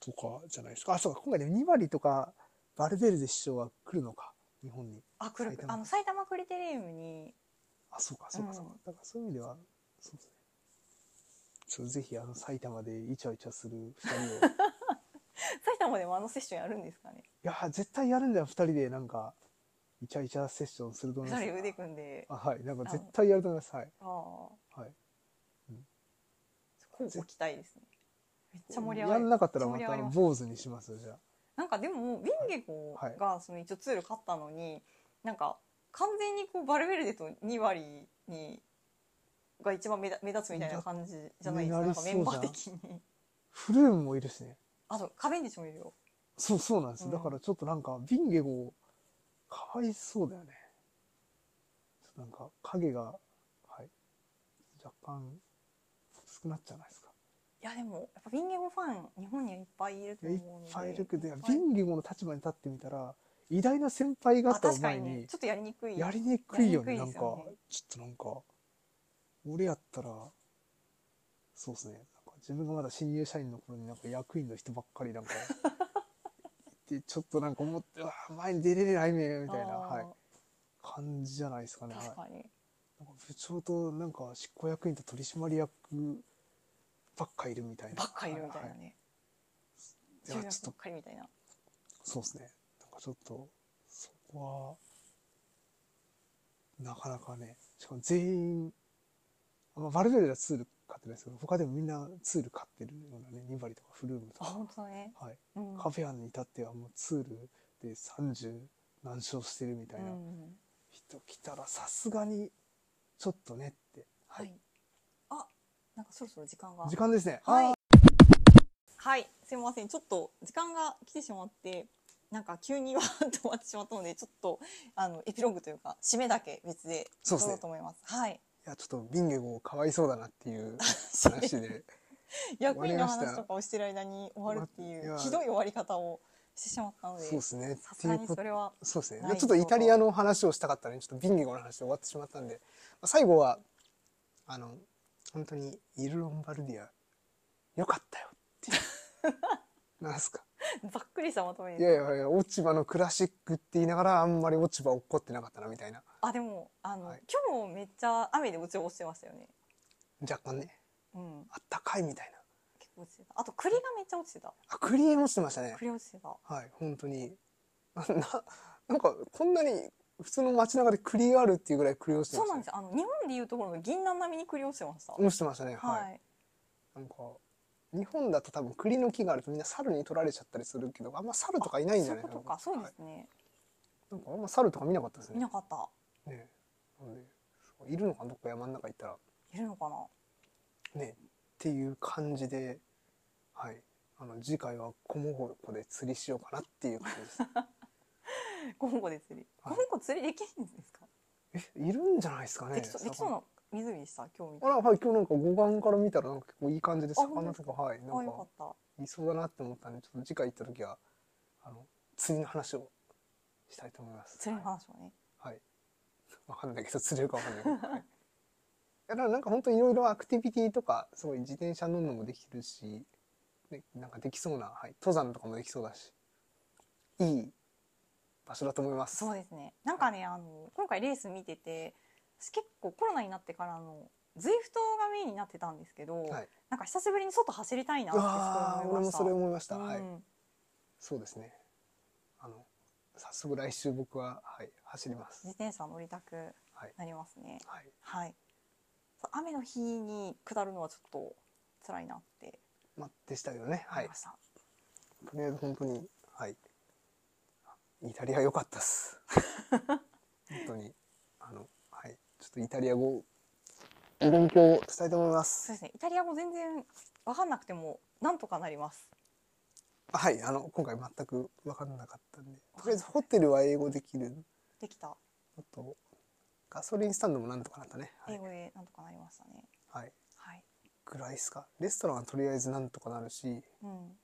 とかじゃないですかあそうか今回でも2割とかバルベルデ首相は来るのか日本に
あ来る
埼玉
あの埼玉クリテリウムに
あそうかそうかそうか、
うん
だからそういう意味ではそうですねちょっとぜひあの埼玉でイチャイチャする2人を
*laughs*
い
埼玉でもあのセッションやるんですかね
やー絶対やるんだよ2人でなんかイチャイチャセッションすると思いま
二
す
人腕組んで
あはいなんか絶対やると思いますはい
ああこ
はい。
う置きたいですねめっちゃ盛り上
や
が
ん
る
なかったら
め
ま
っちゃ盛り
た
上がります
坊主にしますよじゃあ。
なんかでもウィンゲゴ
はい
がその一応ツール勝ったのになんか完全にこうバルベルデと2割にが一番目立目立つみたいな感じじゃない
ね
ですかな
なんり
か
そうじ
メ
ゃん
ンバー的に
フルームもいるしね。
あとカベンディッシュもいるよ
そうそうなんです、
うん
だからちょっとなんかビンゲゴかわいそうだよね。ちょっとなんか影がはい若干少なっちゃうないですか。
いやでもやっぱウィンゲゴファン日本にはいっぱいいる
い
と
やいっ
思うので
ぱいいるけどいや
いっぱい
ビンゲゴの立場に立ってみたら偉大な先輩
あ
方を
確か
前
に
に
ねちょっとやりにくい
やりにくいよね
や
な
り
ん
にくいです
かちょっとな
よね
んか俺やったらそうですねなんか自分がまだ新入社員の頃になんか役員の人ばっかり
*laughs*
なんかでちょっとなんか思ってうわ前に出れないねみたいな、
あー
はい、感じじゃないですかね、はい、
確かに、
なんか部長となんか執行役員と取締役ばっかいるみたいな
ばっかいるみたい
は
な
は
ね、
いやちょっ
重役ばっかりみたいな
とそうですねなんかちょっとそこはなかなかねしかも全員あまあバルベルダツール買ってないですけど、他でもみんなツール買ってるようなね、ニバリとかフルームと
あ
か、
本当だね、
はい、
うん、
カフェアンに至ってはもうツールで30何勝してるみたいな
うん
人来たらさすがにちょっとねって。は
は
い
い。あ、なんかそろそろ時間が。
時間ですね。
はい
あー。
はい、すいません。ちょっと時間が来てしまって、なんか急にわーっと終わってしまったので、ちょっとあのエピローグというか締めだけ別で
そうです
取ろ
ね
うと思います。はい。
いや、ちょっとビンゲゴかわいそうだなっていう
*laughs*
話で。
役員の
終わりまし
話
た
とかをしてる間に終わるってい
終
う
わっ
ひどい終わり方をしてしまったので、
そう
さ
ですね。
すがにそれは
そうですね。
ない
ちょっとイタリアの話をしたかったのに、ちょっとビンゲゴの話で終わってしまったんで、まあ最後は、あの、本当にイル・ロンバルディア、よかったよっていう。なんす
*laughs*
か。
ざっくりしたまとめ
い
です。
やいやいや、落ち葉のクラシックって言いながら、あんまり落ち葉落っこってなかったな、みたいな。
あ、でもあの、
はい
今日めっちゃ雨で落ち落ちてましたよね。
若干ね、
うん、
あったかいみたいな。
結構落ちてた。あと栗がめっちゃ落ちてた。
あ、クリーム落ちてましたね。
栗落ちてた。
はい、本当に。 *laughs* な、ななんか、こんなに、普通の街中で栗があるっていうぐらい栗落ちて
そ
ま
う
し
な
た
ん
ね
です。よ。あの日本でいうところの銀杏並みに栗落ちてました。
落ちてましたね。はい。
はい。
なんか、日本だと多分栗の木があるとみんな猿に取られちゃったりするけど、あんま猿とかいないんじゃない
そういうことか、そうですね。
はいなんかあんま猿とか見なかったです
見
ね
な。かった。
ねなんで、そういるのかなどっか山の中行ったら。
いるのかな。 *laughs*
ねっていう感じで、はい。あの、次回はコモゴ湖で釣りしようかなっていう感じです。
ゴンゴで釣り。ゴ
は
ン
い
ゴ釣りできるんですか。 *laughs*
え、いるんじゃないですかね。
できそう、できそうな湖でした。今日見
あ
た。
ら、はい、今日なんか護岸から見たらなんか結構いい感じで
あ本当
魚
です
とか、はい、な
あ、
ん
よ
か
かった。
いそうだなって思ったんで、ちょっと次回行った時は、あの、釣りの話をしたいと思います。
釣りの話はね。
はい。 *laughs* わかんないけど、釣れるかわかんないけど。はい、だからなんか本当いろいろアクティビティとか、すごい自転車乗るのもできるし、ね、なんかできそうな、はい、登山とかもできそうだし、いい場所だと思います。
そうですね。なんかね、あの、今回レース見てて。私結構コロナになってからの。ズイフトがメインになってたんですけど、
はい。
なんか久しぶりに外走りたいなって
ああ、
すごい思
俺
い
も
ました。
それ思いました。はい。
うん
そうですね。あの、早速来週僕は、はい、走ります
自。転車乗りたく
はい。
なりますね。
はい。
はい。そう雨の日に下るのはちょっと辛いなって
まあ、でしたけどね。は
思い
い
ま。した。
とりあえず本当に、はい。イタリア良かったっす。本当に、あの、はい。ちょっとイタリア語をお勉強したいと思いま
そ
す。
うですね。イタリア語全然わかんなくてもなんとかなります。
はい。あの、今回全く分かんなかったんで。とりあえずホテルは英語できる。
できた。
あと、ガソリンスタンドもなんとかなったね。は
英
い。
語でなんとかなりましたね。
はい。
はい。
ぐらいですか。レストランはとりあえずなんとかなるし、
うん。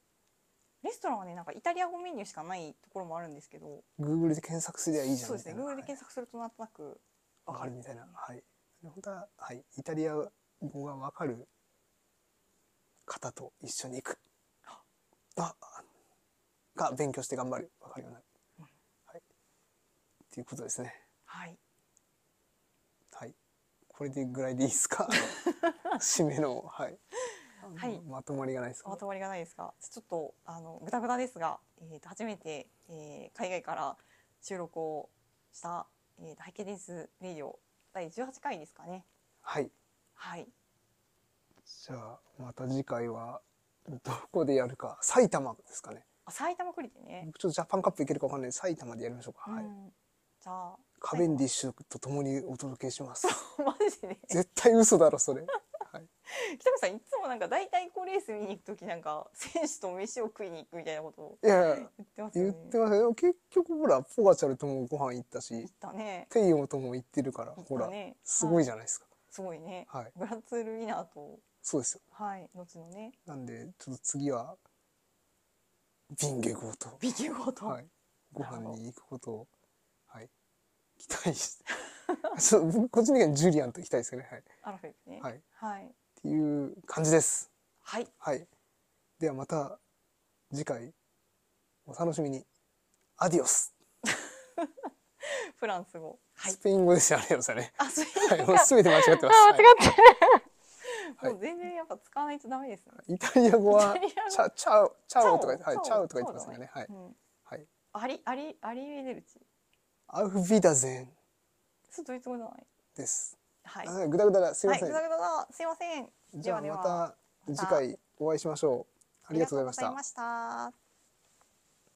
レストランはねなんかイタリア語メニューしかないところもあるんですけど、
Google で検索すりゃいいじゃん
そうですね。Google で
みたい
検索するとなんとなく
なはいわかるみたいな。はい。本当は、はい。イタリア語がわかる方と一緒に行く。あ、が勉強して頑張る。わかるようになる。はい。っていうことですね。
はい。
はい。これでぐらいでいいです
*laughs*
か締めの、はい。
はい
まとまりがないですか
まとまりがないですが、ちょっとあのグダグダですが、えーと初めて、えー海外から収録をした、えー、ハイケデスレディオ第18回ですかね。
はい。
はい。
じゃあ、また次回は、どこでやるか。埼玉ですかね。
あ埼玉栗でね。。
僕ちょっとジャパンカップいけるかわかんないんで埼玉でやりましょうか。はいう
んじゃあ *laughs*
カベンディッシュと共にお届けします。
最後マジでね。
*laughs* 絶対嘘だろ、そ
*laughs*
れ。はい。
北口さんいつもなんか大体こうレース見に行くときなんか選手と飯を食いに行くみたいなことを
いやいや、
言ってます
言
よね。
ってますよ。でも結局ほら、ポガチャルともご飯行ったし
行っ、たね。
テイオとも行ってるから、
行っ
ほ
た
ら、
ね。
すごい
じ
じゃないですか。
ゃん。すごいね。
はい。
グランツールウィナーと
そうですよ。
はい後のね
なんで、ちょっと次は、ビンゲゴーと、
ビキゴと。
はい。ご
なるほど
飯に行くことを、はい。期待して。 *laughs* ちょっと僕、個人的にはジュリアンと行きたいですよね。はい。っ
アラフェですね。
はい。
はい。
ていう感じです。
はい。
はい。ではまた次回お楽しみに。アディオス。
フランス語。はい
ス。ペイン語ですよね、あれよさ
*laughs*
ね。
あ、すいま
は
せ
い、
ん。
もう全て間違ってます。
あ、間違って
は
る。
い
もう全然やっぱ使わないとダメですね。
はいイタリア語は
イタリア語
チャチャオチャオとか言ってはい
チャオ
チャオとか言ってますよね。はい
うん。
はい。
アリアリアリエデルチ。
アウフビダゼン
そうドイツ語じゃない。
です。
はい。
あグダグダだすいま
はい。
せ
グ
ん。
ダグダだ。すいません。
じゃあ
ではでは
また次回お会いしましょう。ありがとうございました
ありがとうござい。ました。